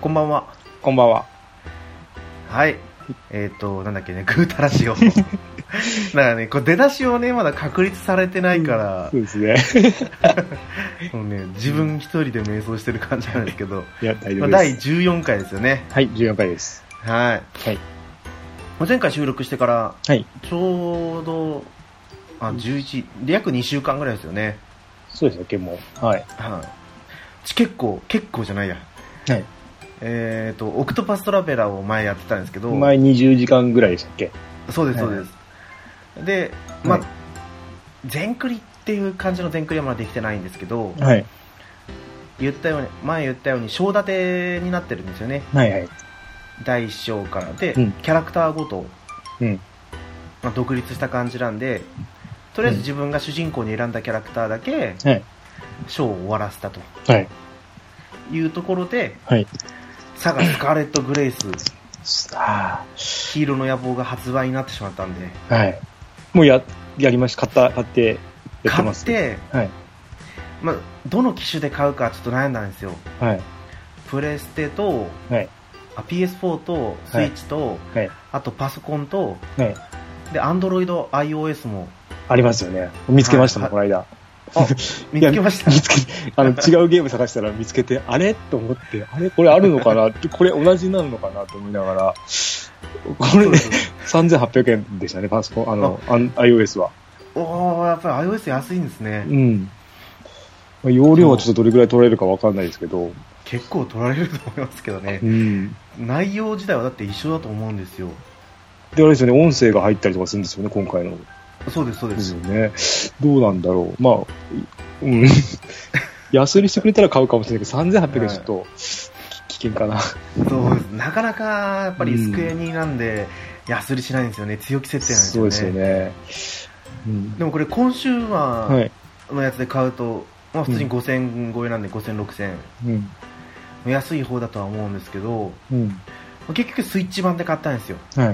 こんばんは。こんばんは。はい。えっ、と、なんだっけね、ぐうたらし を。なんかね、こう出だしをね、まだ確立されてないからそ、うですね。 もうね、自分一人で瞑想してる感じなんですけど、いや、大丈ま夫あ、です。第14回ですよね。はい、14回です。はい。はい。まあ前回収録してから、はい。ちょうど、あ、11、約2週間ぐらいですよね。そうですね、結もう。はい。はい。ち結構、結構じゃないや。はい。えっ、と、オクトパストラベラーを前やってたんですけど、前20時間ぐらいでしたっけそうです、はそいうです。で、まあはい、全クリっていう感じの全クリはまだできてないんですけど、はい。言ったように、前言ったように、章立てになってるんですよね。はいはい。第1章から。で、うんキャラクターごと、うん。まあ、独立した感じなんで、とりあえずうん自分が主人公に選んだキャラクターだけ、はい。章を終わらせたとはい。いうところで、はい。サガスカーレット・グレイス、あ黄色の野望が発売になってしまったんで、あ。はい。もうや、やりました。買った、買って、やって買まっす。て、はい。まあ、どの機種で買うかちょっと悩んだんですよ。はい。プレステと、はい。あ PS4 とスイッチと、はい。あとパソコンと、はい。で、Android、iOS も、ありますよね。見つけましたもん、このは間。 あ、見つけました見。つけ、あの、違うゲーム探したら見つけて、あれと思って、あれこれあるのかなってこれ同じなのかなと思いながら、こ れ、そうです3800円でしたね、パソコン、あの、あん iOS は。おー、やっぱり iOS 安いんですねう。ん。まあ容量はちょっとどれぐらい取られるかわかんないですけど、結構取られると思いますけどね う。ん。内容自体はだって一緒だと思うんですよ。で、あれですよね、音声が入ったりとかするんですよね、今回の。そうです、そうでですすよ。ね。どうなんだろう。まあ、うん。 安売りしてくれたら買うかもしれないけど、3800円ちょっと、き危険かな。そうです。なかなか、やっぱり机になんで、安売りしないんですよね。強気設定なんですそようね。ですよね。うんでもこれ、コンシューマはーい。のやつで買うと、まあ普通に5000超えなんで5000、6000。うん。安い方だとは思うんですけど、うん。結局スイッチ版で買ったんですよ。は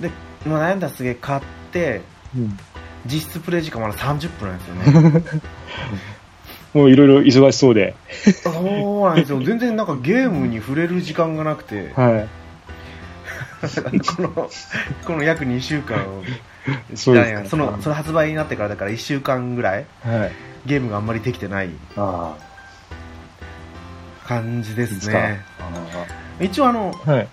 い。で、まあ、悩んだすげえ買って、うん実質プレイ時間まだ30分なんですよ ね。もういろいろ忙しそうで。そうなんですよ。全然なんかゲームに触れる時間がなくて、はこの、この約2週間を、い。そうでいすやいかやその、その発売になってからだから1週間ぐらい、はい。ゲームがあんまりできてないああ。感じですかね。一応あの、ああはい。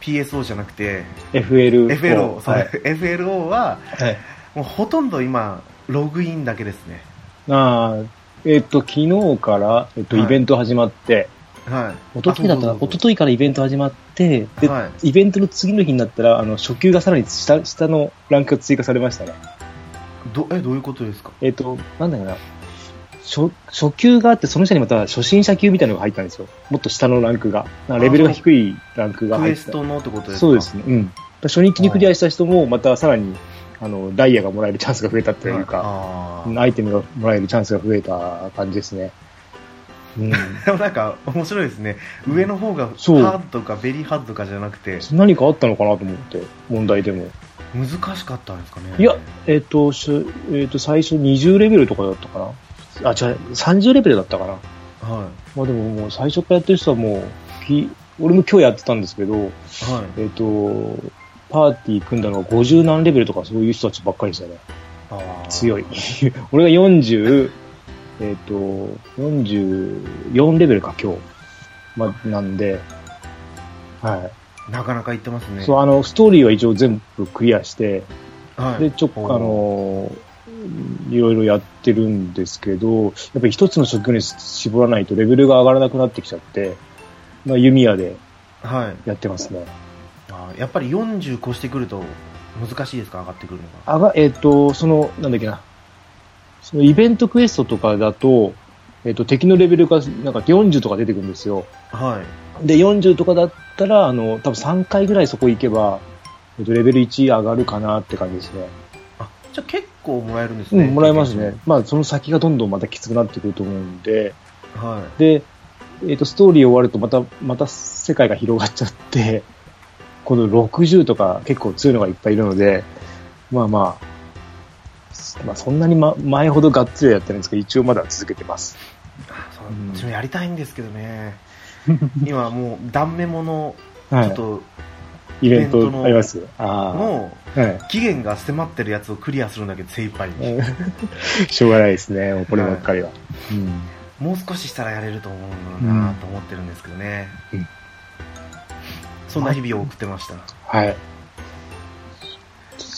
PSO じゃなくて、 FL。 FLO、そうはい FLO は、はい。もうほとんど今、ログインだけですね。ああ、えっ、と、昨日から、えっ、と、はいイベント始まって、はい。一昨日だったあら、そうそう一そう昨日からイベント始まって、で、はイベントの次の日になったら、あの、初級がさらに下、下のランクが追加されましたね。ど、え、どういうことですかえっ、と、なんだかな。初、初級があって、その下にまた初心者級みたいなのが入ったんですよ。もっと下のランクが。なんかレベルが低いランクがク入っエてスた。トのってことですかそうですね。うん。初日にクリアした人も、またさらに、あの、ダイヤがもらえるチャンスが増えたというか、あうんーアイテムがもらえるチャンスが増えた感じですね。うん。でもなんか面白いですね。上の方がハそうードとかベリーハードとかじゃなくて、何かあったのかなと思って、問題でも。難しかったんですかね。いや、えっ、と、しゅえっ、と、最初20レベルとかだったかな。あ、違う、30レベルだったかな。はまあでももう最初からやってる人はもう、き俺も今日やってたんですけど、い。はえっ、と、パーティー組んだのが50何レベルとかそういう人たちばっかりでしたね。い。強い。い。 俺が40、えっ、と、44レベルか、今日。まあ、なんで、はなかなか言ってますい。ね。そう、あの、ストーリーは一応全部クリアして、はい。で、ちょっおーあのー、いろいろやってるんですけど、やっぱり一つの職業に絞らないとレベルが上がらなくなってきちゃって、まあ、弓矢ではい。やってますね。あーやっぱり40越してくると難しいですか上がってくるのが。あが、えっ、と、その、なんだっけな。そのイベントクエストとかだと、えっ、と、敵のレベルが、なんか40とか出てくるんですよ。はい。で、40とかだったら、あの、多分3回ぐらいそこ行けば、えっ、と、レベル1上がるかなって感じですね。あ、じゃあ結構もらえるんですうね。ん、もらえますね。。まあ、その先がどんどんまたきつくなってくると思うんで、はで、えっ、と、ストーリー終わるとまた、また世界が広がっちゃって、 この60とか結構強いのがいっぱいいるので、まあま あ、まあそんなに、ま、前ほどがっつりはやってないんですけど、一応まだ続けてます。い。あそううん私もやりたいんですけどね今もう断メモのはちょっい。とイベインベントのトありますあもあ。はい。う期限が迫ってるやつをクリアするんだけど精一杯にしょうがないですね、もうこればっかりは。うんもう少ししたらやれると思うのなと思ってるんですけどね、うんそんな日々を送ってましたはい。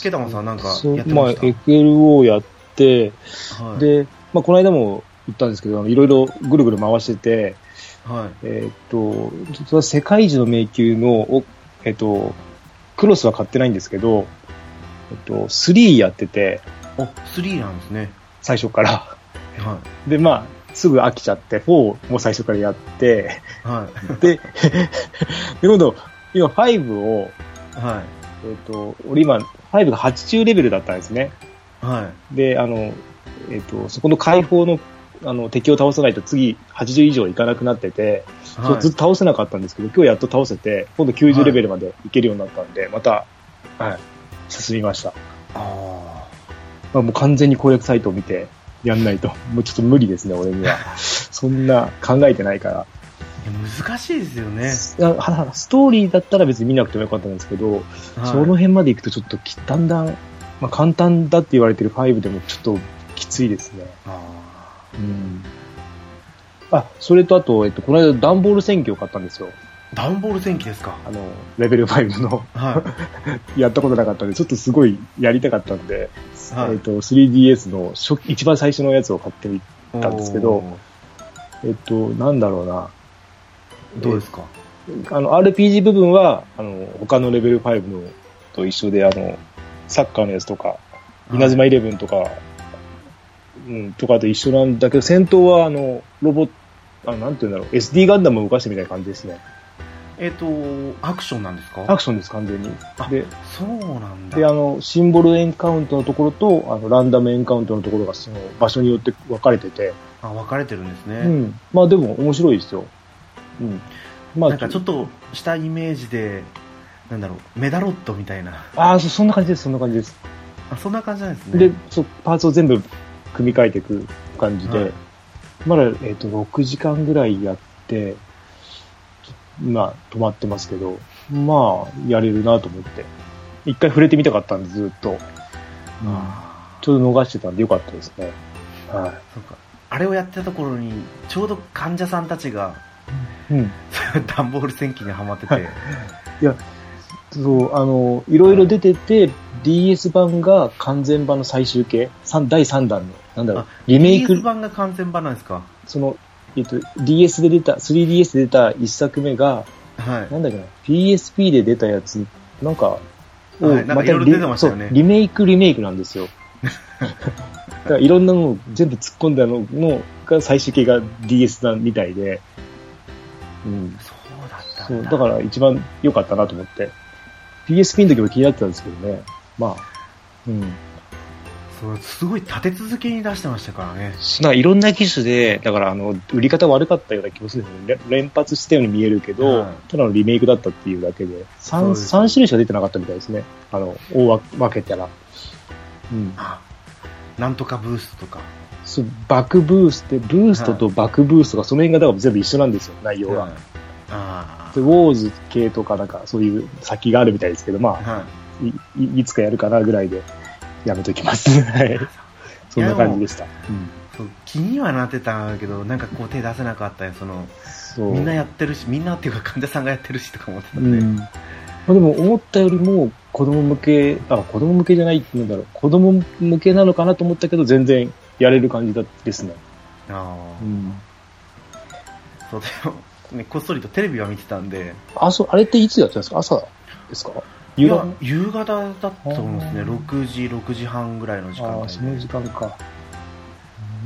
ケタマンさんなんかそうやってまあ、した、 FLO やって、はい、で、まあ、この間も言ったんですけど、あのいろいろぐるぐる回してて、はいえーっと、実は世界一の迷宮の、おえーっと、クロスは買ってないんですけど、えーっと、3やってて、あ3なんですね最初から。 はで、まあ、すぐ飽きちゃって、4も最初からやって、いはで、 で、今度、今5を、いはえーっと、俺今、5が80レベルだったんですね。いはいで、あの、えっ、と、そこの解放の、あの、敵を倒さないと次80以上いかなくなってて、そうはいずっと倒せなかったんですけど、今日やっと倒せて、今度90レベルまでいけるようになったんで、また、はい、進みました。あまあ、もう完全に攻略サイトを見てやんないと、もうちょっと無理ですね、俺には。そんな考えてないから。ーいや難しいですよね、いやははストーリーだったら別に見なくてもよかったんですけど、はいその辺まで行くとちょっとき、だんだん、まあ、簡単だって言われてる5でもちょっときついですね。あうんあ、それとあと、えっと、この間段ボール選挙を買ったんですよ。ーダンボール戦記ですかあの、レベル5の、 はいやったことなかったんで、ちょっとすごいやりたかったんで、はいえっと、3DS の初期一番最初のやつを買ってみ、おたんですけどーえっと、なんだろうな。どうですか、あの、RPG 部分は、あの、他のレベル5のと一緒で、あの、サッカーのやつとか、稲妻イレブンとか、うん、とかと一緒なんだけど、戦闘は、あの、ロボット、あの、なんて言うんだろう、SD ガンダムを動かしてみたいな感じですね。えっ、とアクションなんですかアクションです、完全に。あで、そうなんだで、あの、シンボルエンカウントのところと、あの、ランダムエンカウントのところが、その、場所によって分かれてて、あ分かれてるんですね、うん。まあ、でも、面白いですよ。うん。まあ、なんかちょっとしたイメージでなんだろうメダロットみたいなああ、そそんな感じです、そんな感じです。あそんな感じなんですねで、そう、パーツを全部組み替えていく感じで、はいまだ、えっ、と、6時間ぐらいやって、まあ、止まってますけど、まあ、やれるなと思って。一回触れてみたかったんで、ずっと。あーちょうど逃してたんで、よかったですね。はそうかあれをやってたところにちょうど患者さんたちが い。うん。ダンボール戦記にはまっててそう、あの、いろいろ出てて、DS 版が完全版の最終形、三第3弾の、なんだろあう、リメイ DS ク、版が完全版なんですかその、えっと、DS で出た、3DS で出た一作目が、はいなんだっけな、PSP で出たやつ、なんか、をはいなんかいろいろリ出てましたよねそうリメイクリメイクな んですよ。だからいろんなのを全部突っ込んだののが最終形が DS なんみたいで、うん、そうだったそんう、だだから一番良かったなと思って。PSP の時も気になってたんですけどね。まあ、うん。そうすごい立て続けに出してましたからねなんかいろんな機種で、だからあの、売り方悪かったような気もするんですよね。れ連発したように見えるけど、はいただのリメイクだったっていうだけで、そう3、です三種類しか出てなかったみたいですね。あの、大わ分けたら。うん。あなんとかブーストとかそうバックブースって、ブーストとバックブーストが、その辺がだから全部一緒なんですよ、内容が。はいあで、ウォーズ系とかなんか、そういう先があるみたいですけど、まああ、はいいいいつかやるかなぐらいでやめときます。 はい。そんな感じでした。うん、そう気にはなってたんだけどなんかこう手出せなかったよそのそう。みんなやってるしみんなっていうか患者さんがやってるしとか思ってたうんで、ん。まあ、でも思ったよりも子供向け、あ、子供向けじゃないって言うんだろう。子供向けなのかなと思ったけど、全然やれる感じだですね。あうん。あそうでも、ね、こっそりとテレビは見てたんであ、そう、あれっていつやったんですか朝ですか夕方いや夕方だったと思うんですねあー6時6時半ぐらいの時間ああ、帯そので時間か。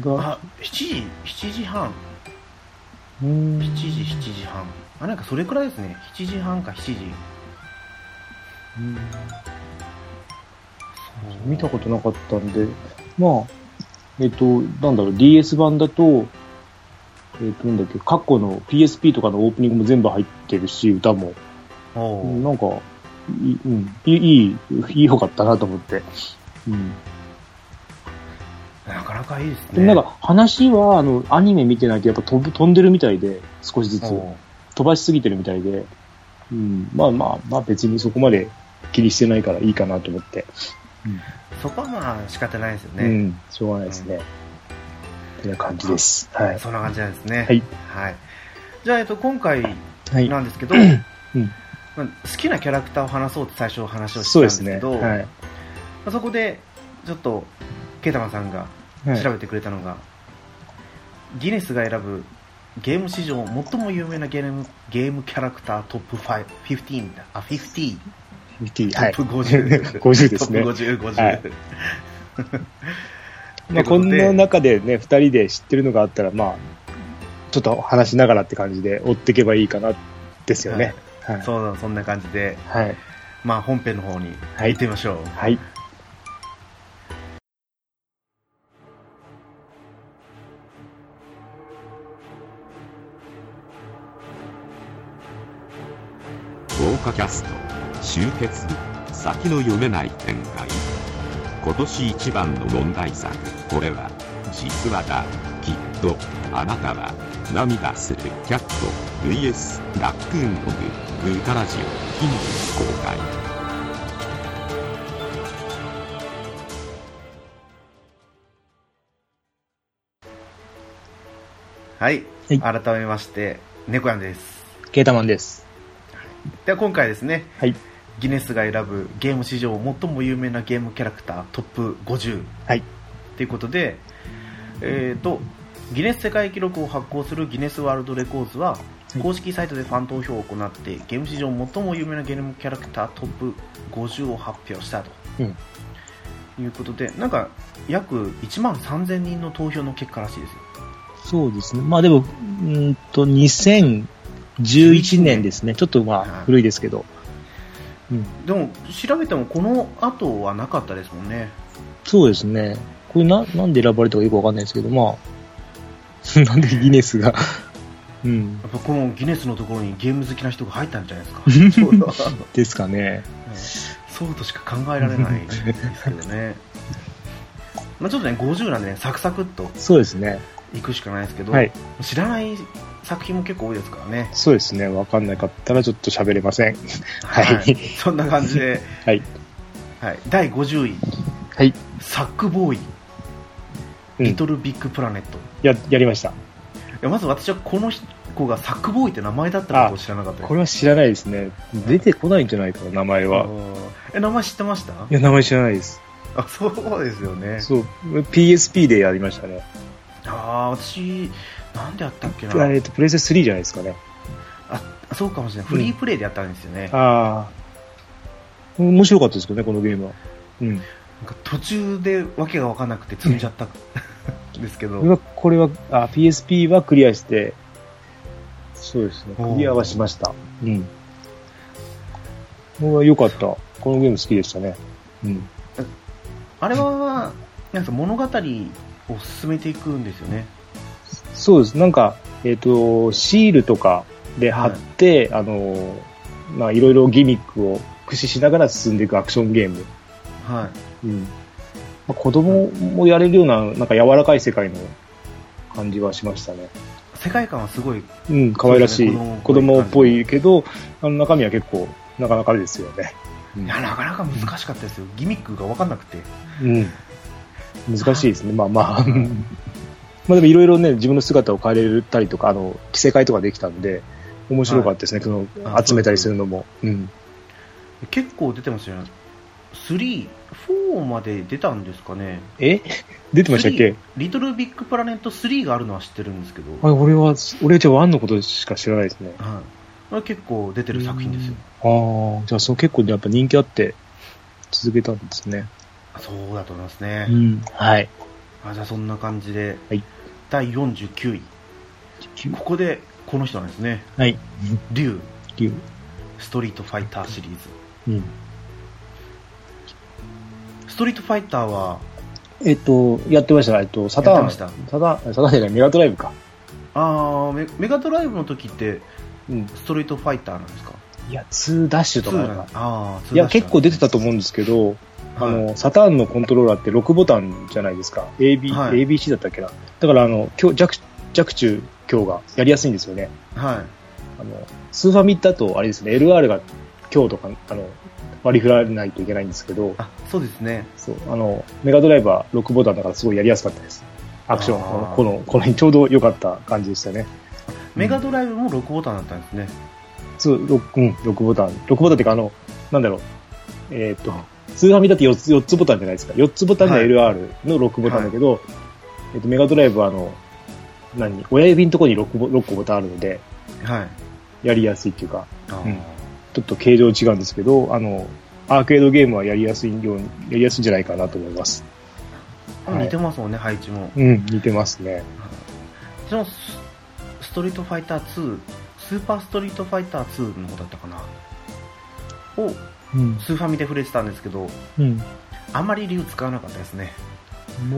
が、あ7時7時半うん7時7時半あなんかそれくらいですね7時半か7時うんそう見たことなかったんで、まあ、えっ、と、なんだろう、DS 版だと、えっ、と、なんだっけ、過去の PSP とかのオープニングも全部入ってるし、歌も、おうなんか、いいうん、いい、いい、いい良かったなと思って。うん。なかな仲いいですでね。もなんか話は、あの、アニメ見てないとやっぱ飛ぶ飛んでるみたいで、少しずつ。おう飛ばしすぎてるみたいで、うん、まあまあ、まあ別にそこまで気にしてないからいいかなと思って。そこはまあ仕方ないですようね。ん、しょうがないですね。ってな感じです。はい。そんな感じなんですね。はい。はい。じゃあ、えっと、今回はい。なんですけど、うんまあ好きなキャラクターを話そうって最初話をしてたそんうでですすけね。ど、はい。まあそこで、ちょっと、ケータマンさんがはい調べてくれたのが、ギネスが選ぶゲーム史上最も有名なゲームゲームキャラクタートップ5 15だあ50見ていいトはいップ。50 50ですねトップ5050、はいまあ、というこことんでな中でね、二人で知ってるのがあったら、まあ、ちょっと話しながらって感じで追っていけばいいかな、ですよね。はい。そうだそんな感じで、はい。まあ、本編の方にはい行ってみましょう、はい。豪華キャスト集結先の読めない展開今年一番の問題作これは実話だきっとあなたは涙するキャット VS ラックーンのググータラジオ近日公開はい、はい改めまして猫やんですケータマンです。では今回ですね、はいギネスが選ぶゲーム史上最も有名なゲームキャラクタートップ50はいということで、えー、とギネス世界記録を発行するギネスワールドレコーズは公式サイトでファン投票を行ってゲーム史上最も有名なゲームキャラクタートップ50を発表したと、うんいうことでなんか約1万3000人の投票の結果らしいですよそうですね。まあでも、うーんと、2011年ですね。ちょっとまはいあ、古いですけど。うん、でも調べてもこの後はなかったですもんねそうですね。これな、なんで選ばれたかよくわかんないですけど、まあ、 なんでギネスが。うん。やっぱこのギネスのところにゲーム好きな人が入ったんじゃないですかそうだ ですかね。そうとしか考えられないですけど ねまあちょっとね50なんでねサクサクっとそうですね。いくしかないですけど、はい。知らない作品も結構多いですからねそうですね。わかんなかったらちょっと喋れません。はいそんな感じで、はい。はい、第50位はい。サックボーイうんリトルビッグプラネット、いや、やりました。やまず私はこの子がサックボーイって名前だったことを知らなかったですこれは知らないですね。出てこないんじゃないかな、名前は。え名前知ってましたいや、名前知らないです。あそうですよねそう。PSP でやりましたね。ああ私なんでやったっけなプラネットプレイス3じゃないですかね。あそうかもしれないフリープレイでやったんですよね、なんああ。面白かったですけどね、このゲームは。うん。か途中でわけが分かんなくて積んじゃった、ん、ですけど、これは、これはあ、PSP はクリアして、そうですね、おークリアはしました。うん。これは良かった。このゲーム好きでしたね。うん。あれはなんか物語を進めていくんですよねそうです。なんか、えっ、と、シールとかで貼って、あのー、まあ、いろいろギミックを駆使しながら進んでいくアクションゲーム。はいうん。まあ、子供もやれるような、なんか柔らかい世界の感じはしましたね。世界観はすごいうん、可愛らしい、そうですね子子供供っっぽぽいいけど、あの中身は結構、なかなかですよね。うんいやなかなか難しかったですよギミックが分かんなくてうん、難しいですね、まあまあ。 まあでもいろいろね、自分の姿を変えれたりとか、あの、着せ替えとかできたんで、面白かったですね、そあの、集めたりするのも。うん。結構出てますよね34まで出たんですかねえ出てましたっけ3リトルビッグプラネット3があるのは知ってるんですけど、あ俺は、俺はじゃあワンのことしか知らないですね。はい、これ結構出てる作品ですよああ、じゃあそう結構やっぱ人気あって、続けたんですね。そうだと思いますね、ん。はい。あじゃあそんな感じで、はい第49位ここでこの人なんですねはい。竜理由。ストリートファイターシリーズうん。ストリートファイターはえっと、やってました。えっと、サタやっーてン。ましたサターン、サターンじゃない、メガドライブか。あーメメガドライブの時ってうん。ストリートファイターなんですかいや、2ダッシュとかツーなんあーいや、結構出てたと思うんですけど、あの、サターンのコントローラーって6ボタンじゃないですか。AB、はい ABC だったっけな。だから、あの、強弱、弱中強がやりやすいんですよね。はい。あの、スーファミだと、あれですね、LR が強とか、あの、割り振られないといけないんですけど、あ、そうですね。そう、あの、メガドライバー6ボタンだからすごいやりやすかったです。アクション、あこーの、この、この辺ちょうど良かった感じでしたね。メガドライブも6ボタンだったんですね。そう、6、うん、6ボタン。6ボタンっていうか、あの、なんだろう。えーっ、と、スーファミだって4つ、四つボタンじゃないですか。4つボタンがはい LR の6ボタンだけど、えーっ、と、メガドライブはあの、何親指のところに 6, ボ6個ボタンあるので、はい。やりやすいっていうか、あーうんちょっと形状違うんですけど、あの、アーケードゲームはやりやすいように、やりやすいんじゃないかなと思います。はい似てますもんね、配置も。うん、似てますね。そのスストリートファイター2、スーパーストリートファイター2の方だったかな。を、うん。スーファミで触れてたんですけど、うん。あんまり竜使わなかったですね。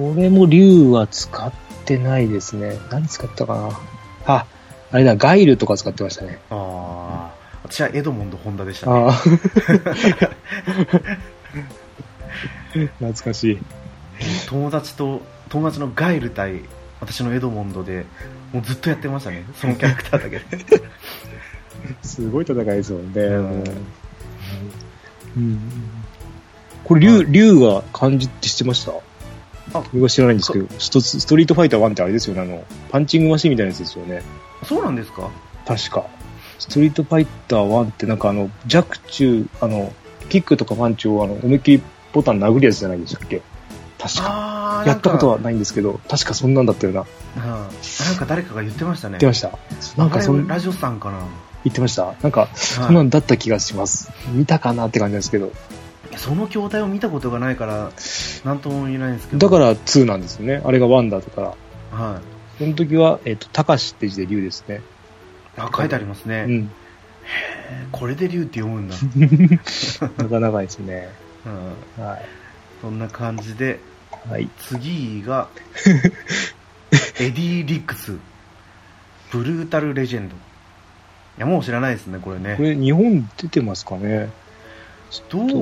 俺も竜は使ってないですね。何使ったかなあ、あれだ、ガイルとか使ってましたね。ああ、私はエドモンド・ホンダでしたね。ああ。 懐かしい。友達と、友達のガイル対私のエドモンドで、もうずっとやってましたね。そのキャラクターだ けで。すごい戦いですもんね。うんうんこれ、は竜、竜が漢字って知ってましたあ僕は知らないんですけど、ストストリートファイター1ってあれですよね、あの、パンチングマシンみたいなやつですよね。そうなんですか確か。ストリートファイター1ってなんかあの、弱中、あの、キックとかパンチをあの、思いっきりボタン殴るやつじゃないでしたっけ確か。ああ、やったことは。はないんですけど、確かそんなんだったよな。言うんなんか誰かが言ってましたね。ってました。なんかそあれん、言ラジオさんかな。ってました。なんか、そはんいなんだった気がします。見たかなって感じなんですけど。その筐体を見たことがないから、なんとも言えないんですけど。だから2なんですよね。あれが1だったから。ら。はい。その時は、えっ、と、高しって字で竜ですね。あ、書いてありますね。うん。これで竜って読むんだ。なかなかですね。うん。はそんな感じで、い。はい。次 が、エディ・リックス、ブルータル・レジェンド。いや、もう知らないですね、これねこ。れ、日本出てますかねどうな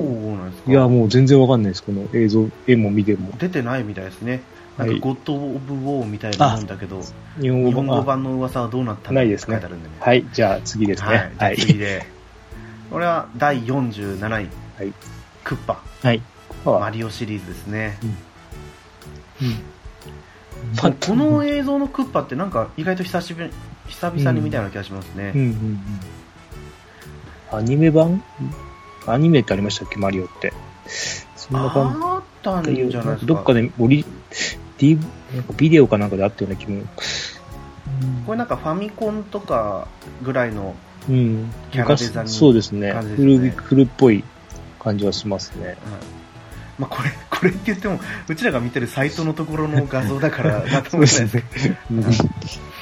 んですかいや、もう全然わかんないです。この映像、絵も見ても。出てないみたいですね。なんはか、いゴッド・オブ・ウォーみたいなもんだけど、日本日本語あ版の噂はどうなったのないですねって書いてあるんでね。はい、じゃあ次ですはいね。。じゃはあい。次で。これは第47位。はいクッパ。はい。マまリオシリーズですね。あこの、映像のクッパってなんか意外と久しぶり、久々に見たような気がしますうんうね。んうん。アニメ版アニメってありましたっけマリオって。そんな感あったんじ。じゃないですか。どっかで、オリ、D、なんかビデオかなんかであったような気も。これなんかファミコンとかぐらいの、うん。キャラデザに昔そうですね。感じですね古い、古っぽい感じはしますね。まあ、これ、 これって言っても、うちらが見てるサイトのところの画像だから、なんとそうもで言えないすですけねど。うん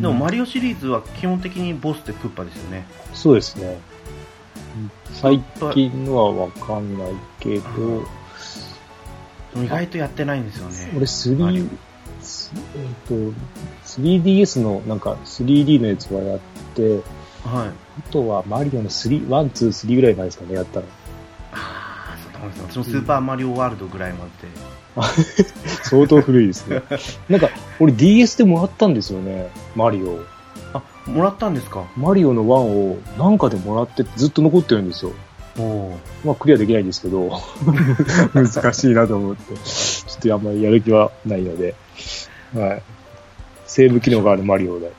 でもマリオシリーズは基本的にボスってクッパですよね。そうですね。最近のはわかんないけど、でも意外とやってないんですよね。俺マリ 3D、すえっと、3DS の、なんか 3D のやつはやって、はい。あとはマリオの3、1、2、3ぐらいまでですかね、やったの。ああ、そうだと思います。私もスーパーマリオワールドぐらいまで。相当古いですね。なんか、俺 DS でもらったんですよね、マリオ。あ、もらったんですかマリオの1をなんかでもらってずっと残ってるんですよ。おおー。まあ、クリアできないんですけど、難しいなと思って、ちょっとあんまりやる気はないので、はい。セーブ機能があるマリオで。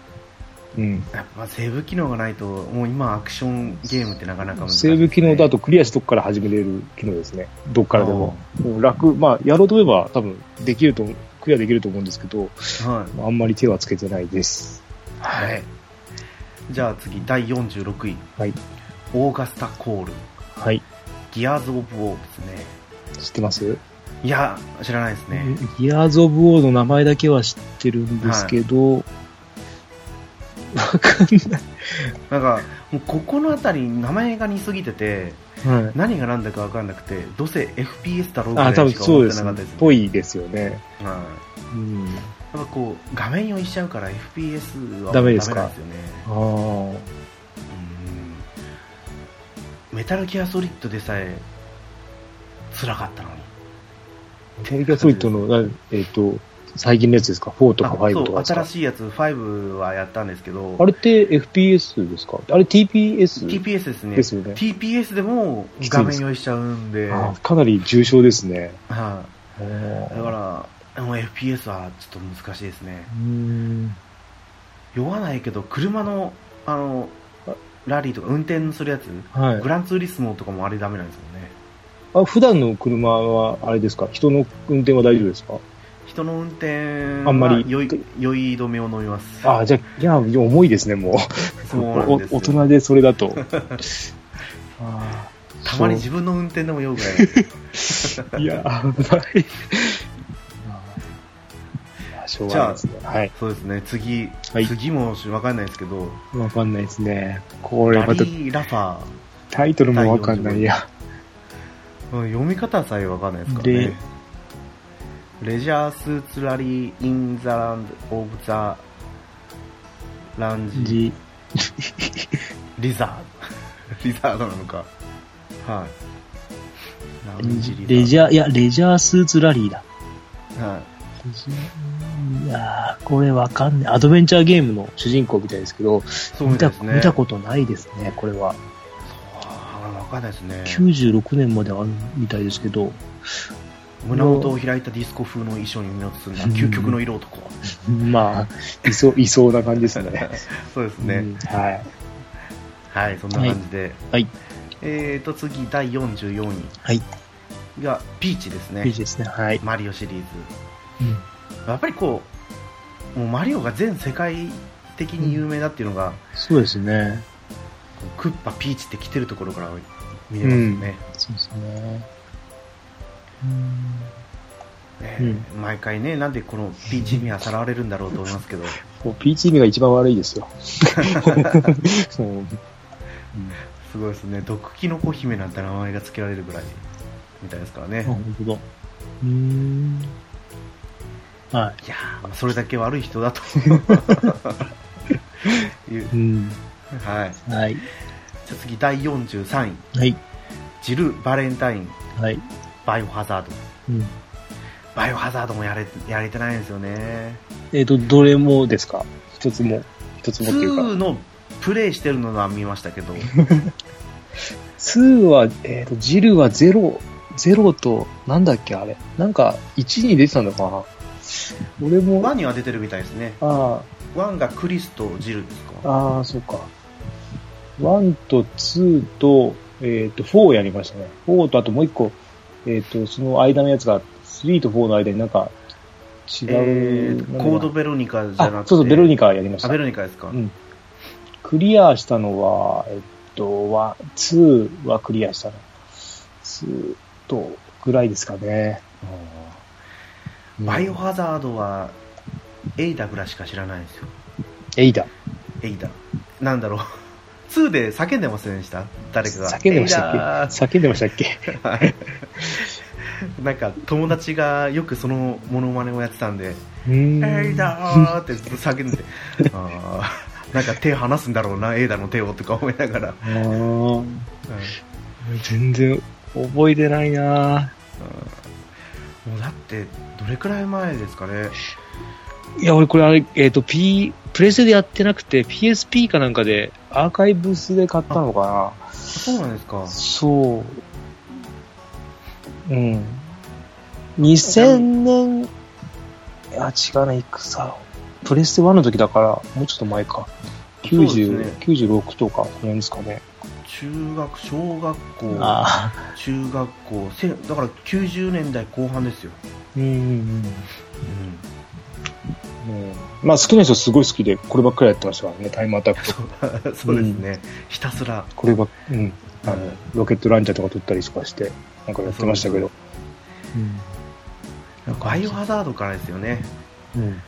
うん。やっぱセーブ機能がないと、もう今アクションゲームってなかなか難しい、セーブ機能だととクリアしどっから始めれる機能ですね。どっからでも。うん楽、まあ、やろうと思えば多分できると、クリアできると思うんですけど、はあんまり手はつけてないです。い。はい。じゃあ次、第46位。はい。オーガスタコール。はい。ギアーズ・オブ・ウォーですね。知ってますいや、知らないですね。ギアーズ・オブ・ウォーの名前だけは知ってるんですけど、わ、かんない。なんか、もうここのあたり名前が似すぎてて、はい。何が何だかわかんなくて、どうせ FPS だろうぐらあ、い多分しかそう思っでてなすかね。っったですね。ぽいですよね。はい。うん。やっぱこう、画面用意しちゃうから FPS はダメですかダメなんですよね。ああ。うんメタルギアソリッドでさえ辛かったのに。メリカプリットの、なえっ、と、最近のやつですか ?4 とかあそ5とかう、ですか新しいやつ、5はやったんですけど、あれって FPS ですかあれ TPS? TPS ですね。ですよね。 TPS でもきついで画面す用意しちゃうんで、あーかなり重症ですね。はだいだから、もう FPS はちょっと難しいですね。うん。酔わないけど、車の、あの、ラリーとか運転するやつ、はいグ。ランツーリスモとかもあれダメなんですよね。あ普段の車は、あれですか人の運転は大丈夫ですか人の運転あんまり酔い酔い止めを飲みます。あーじゃあ、いや、重いですね、もう。そうなんですおよ大人でそれだ と。あーたまに自分の運転でも酔うぐらいなんですよ いや、危ない。あーしょうがないですね。はい。そうですね、次、はい次もわかんないですけど、わかんないですね。これラまたリーラファー。タイトルもわかんない。いや、うん読み方さえわかんないですからね。レジャースーツラリー・イン・ザ・ランド・オブ・ザ・ランジ・じリザード。 リザードなのか。はい。ランジ・レリザジャー、いや、レジャースーツラリーだ。ード。はい。レジャーいやーこれわかんない。アドベンチャーゲームの主人公みたいですけど、そう見みたたいですね。見たことないですね、これは。あーわかんないですね。 96年まであるみたいですけど、胸元を開いたディスコ風の衣装に身を包んだ究極の色男。 まあ、いそう、いそうな感じですね。そうですね。うんはい。はい、そんな感じで。はい。えーと、次、第44はい。位が、ピーチですね。いいですね。はい。マリオシリーズ。うんやっぱりこう、もうマリオが全世界的に有名だっていうのが、そうですね。クッパ、ピーチって来てるところから見えますよね。そうですね。ねう毎回ね、なんでこのピーチにはさらわれるんだろうと思いますけど、もう PTB が一番悪いですよ。 そうすごいですね、毒キノコ姫なんて名前が付けられるぐらいみたいですからね。あ、本当だ。うーん。はいやーそれだけ悪い人だと。 いうい。うん。はい。はい。じゃあ次、第43位。はい。ジル・バレンタイン、はい。バイオハザード。うん。バイオハザードもやれやれてないんですよね。えっ、と、どれもですか一つも。一つもっていう2か。のプレイしてるのは見ました けど、 2は、えっ、と、ジルはゼロ、ゼロと、なんだっけあれ。なんか、1に出てたのかな俺も、 1あには出てるみたいですね。あ、 1がクリスとジルですかああ、そうか。1と2と、えっ、と、4やりましたね。4とあともう一個、えっ、と、その間のやつが、3と4の間になんか、違う、えーなんかコードベロニカじゃなあく、て、そうそう、ベロニカやりましあたベ。ロニカですか、うんクリアしたのは、えっと、は、2はクリアしたの。2と、ぐらいですかね。バイオハザードはエイダぐらいしか知らないんですよ。エイダ。エイダ。なんだろう。2で叫んでませんでした誰かが。叫んでましたっエけイダー叫んでましたっけ はいなんか友達がよくそのモノマネをやってたんで「うーんエイダー!」ってずっと叫んでてあーなんか手離すんだろうなエイダの手をとか思いながら、あー全然、覚えてないなもうだってどれくらい前ですかねいや、俺これあれ、えっ、と、P、プレステでやってなくて、PSP かなんかで、アーカイブスで買ったのかそうなんですかなそう。うん。2000年、いや、違うな、いくさ。プレステ1の時だから、もうちょっと前か。そう90、ですね96とか、この辺ですかね。中学小学校ああ。中学校せだから90年代後半ですよ、うんうんうん、うん。うんまあ、好きな人すごい好きで、こればっかりやってましたからね、タイムアタックとか。そう そうですね、ひたすらこれば、うん、あうのん、ロケットランチャーとか撮ったりとかして、なんかやってましたけど。バイオハザードからですよねうん。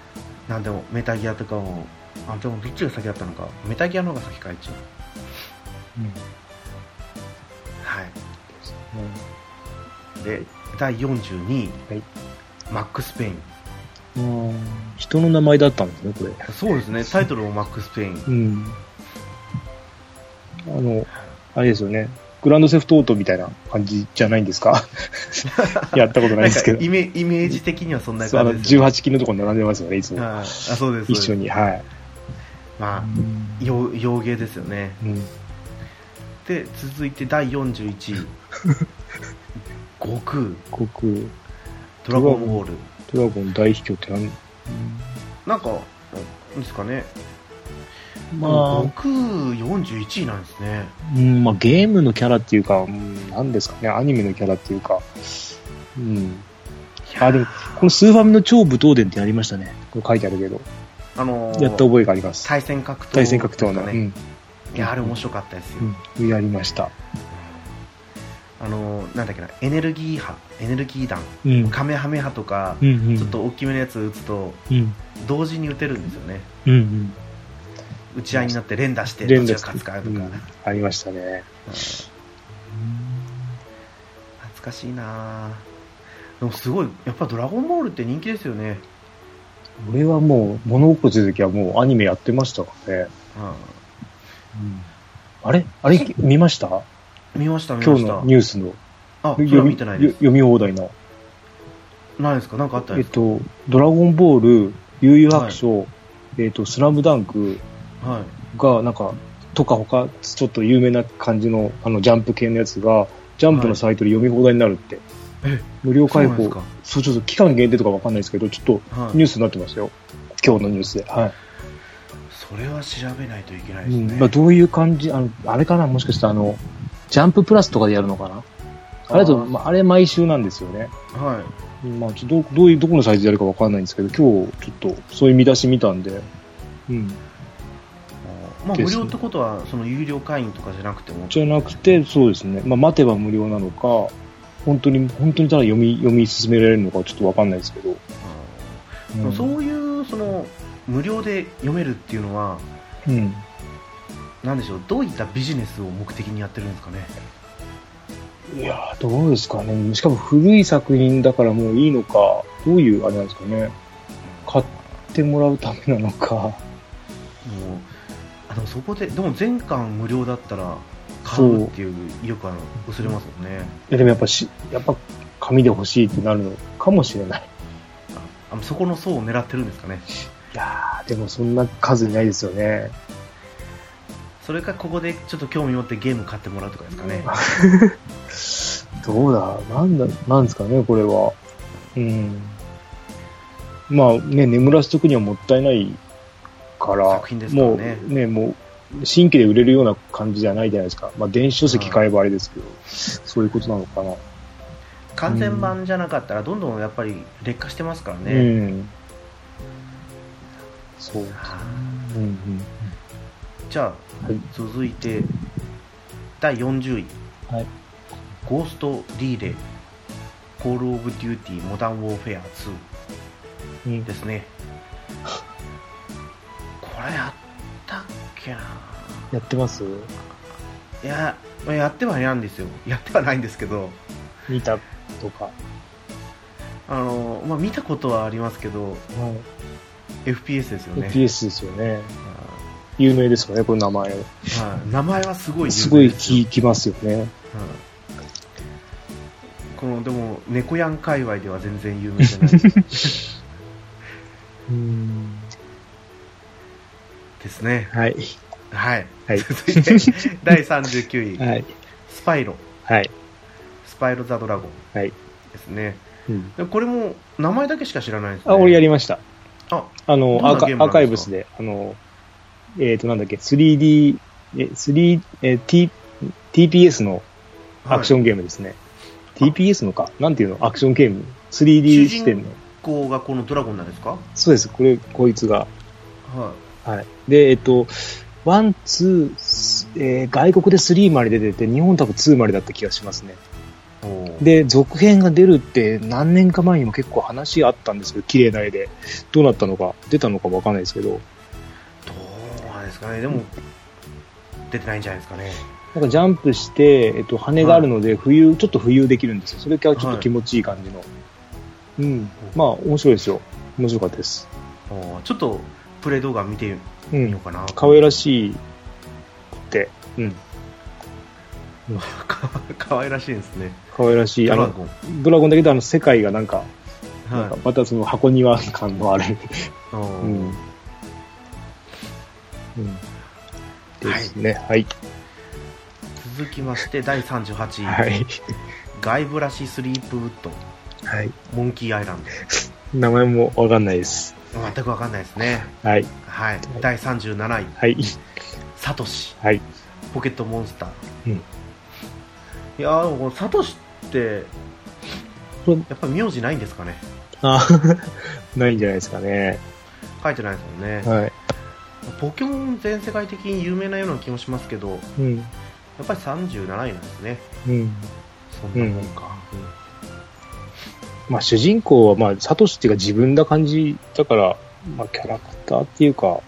なんでもメタギアとかもあでもどっちが先だったのかメタギアの方が先か一応はいで第42位、はいマックス・ペインうん。うん人の名前だったんですね、これ。そうですねタイトルもマックス・ペインうん。あの、あれですよね。グランドセフトオートみたいな感じじゃないんです かやったことないですけなんかどイ。メイメージ的にはそんなそうあの感じです、 18金のとこに並んでますよね、いつも。ああそうですそうで一す緒に。はい。まあ洋洋芸ですよねうんで続いて第41位悟空航空、ドラゴンボールドラゴン大秘境って何なんかなんですかね、ま悟空41位なんですねあ、うん、まあゲームのキャラっていうか、うん、何ですかね、アニメのキャラっていうか。うん。あ、でも、このスーファミの超武闘伝ってありましたね。これ書いてあるけど。あのーやった覚えがあります。対戦格闘対戦格闘での。すかね、いやあれ面白かったですよ、うん。うん。やりました。あのーなんだっけなエネルギー波エネルギー弾うん。カメハメ波とか、うんうん。ちょっと大きめのやつ打つとうん。同時に打てるんですよねうんうん。打ち合いになって連打してど連っち打がして勝つかとか、うん懐ありましたね。かしいなあでもすごいやっぱ「ドラゴンボール」って人気ですよね、俺はもう、物心ついた時はもうアニメやってましたからね。うあれあれ見ましたん、見ました見今ま日しのたニュースの。あそれは見てないです読み放題の。ないですかなんかあったんえでっすと、ドラゴンボール、悠々白書、えっと、スラムダンクか、はい、が、なんか、とか他、ちょっと有名な感じの、あの、ジャンプ系のやつが、ジャンプのサイトで読み放題になるって。え無料そう開なんです放か、そう、ちょっと期間限定とかわかんないですけど、ちょっとはいニュースになってますよ。今日のニュースで。はい。それは調べないといけないでうすんね、まあ、どういう感じあの、あれかなもしかしてあの、ジャンププラスとかでやるのかなあれだと、あーまあ、あれ毎週なんですよね。はいまあ、ちょっとどうどういう、どこのサイズでやるかわかんないんですけど、今日、ちょっと、そういう見出し見たんで、うん。まあ、で無す料ってことはその有料会員とかじゃなくてもじゃなくて、そうですね。まあ、待てば無料なのか、本当に、本当にただ読み、読み進められるのかちょっとわかんないですけど。うんでもそういうその無料で読めるっていうのはうん。なんでしょうどういったビジネスを目的にやってるんですかねいやーどうですかね。しかも古い作品だからもういいのか、どういうあれなんですかね。買ってもらうためなのか。もうあのそこででも全巻無料だったら買うっていう意欲は薄れますもんねいやでもやっぱし、やっぱ紙で欲しいってなるのかもしれない。あのそこの層を狙ってるんですかねいやーでもそんな数いないですよね。それかここでちょっと興味持ってゲーム買ってもらうとかですかねどうだなんだ、なんですかね、これは。うん。まあね、眠らすとくにはもったいないから、作品ですからもうねね、もう、新規で売れるような感じじゃないじゃないですか。まあ、電子書籍買えばあれですけど、そういうことなのかな。完全版じゃなかったらどんどんやっぱり劣化してますからね、うん。そう。はうんうん。あじゃあ、はい続いて第40位、はいゴーストリーレコールオブデューティーモダンウォーフェアうん2ですね これやったっけなやってますいやまあやってはないんですよやってはないんですけど見たとか。あの、まあ、見たことはありますけどはい FPS ですよね、 FPS ですよね。は有名ですよね、この名前。いはい名前はすごい有名ですごいよ聞きますよね。うんこのでも猫やん界隈では全然有名じゃないうん。ですね はい。はいはい。続いて第39位はい。スパイロはい。スパイロ・ザ・ドラゴンはい。ですねうん、でこれも名前だけしか知らないですねあ、俺やりました。ああどのん、なアーカゲームアなんですかーカイブスで、あの、えっ、と、なんだっけ、3D、え、3、えー T、TPS のアクションンゲームですね。あ TPS のかなんていうのアクションゲーム。主 3D 人視点の。公がこのドラゴンなんですかそうです。これ、こいつが。ははい。で、えっと、ワン、ツー、スえー外国で3まで出てて、日本多分2までだった気がしますね。いおーで、続編が出るって何年か前にも結構話あったんですけど、綺麗な絵で。どうなったのか、出たのかわかんないですけど、どうなんですかねでも出てないんじゃないですかねなんかジャンプして、えっと、羽があるので、浮遊、ちょっと浮遊できるんですよ。それからちょっと気持ちいい感じの。うん。まあ、面白いですよ。面白かったです。おーちょっとプレイ動画見てう。みようんかな可愛らしいって、うん。か かわいらしいですね。可愛らしい。ドあラの、ゴン。ドラゴンだけど、あの、世界がなんか、はまたその箱庭感のある。い。ううんん。うんですね。はい。続きまして、第38位、はい。ガイブラシスリープウッド、はい。モンキーアイラン名前もわかんないです。ド。全くわかんないですね。はい。はい。第37位、はい。サトシ、はい。ポケットモンスター。うんいやー、でもこのサトシってこれ、やっぱ名字ないんですかね。あ ないんじゃないですかね。書いてないですよね。はい。ポケモン全世界的に有名なような気もしますけど、やうん。っぱり37位なんですね。うん。そんなもんか。うんまあ、主人公は、まあ、サトシっていうか自分な感じだから、まあ、キャラクターっていうか、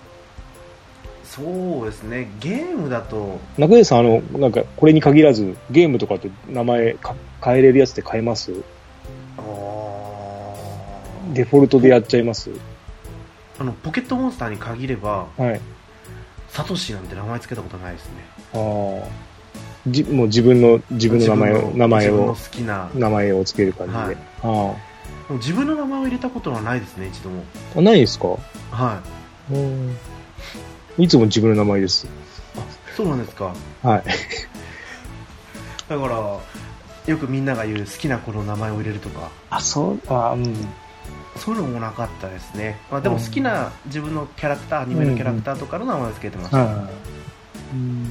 そうですね、ゲームだと、中根さん、あの、なんか、これに限らず、ゲームとかって名前か変えれるやつって変えますあーデフォルトでやっちゃいますあのポケットモンスターに限れば、はい。サトシなんて名前つけたことないですね。ああ。じ、もう自分の、自分の名前を、自分の名前自分のを好、きな、名前をつける感じで。はいあもう自分の名前を入れたことはないですね、一度も。あ。ないですかはうん。いつも自分の名前です。い、そうなんですか。はい。だから、よくみんなが言う好きな子の名前を入れるとか、あ、そう、あうん。そういうのもなかったですね。まあ、でもうん好きな自分のキャラクター、アニメのキャラクターとかの名前をつけてました。はい。うん。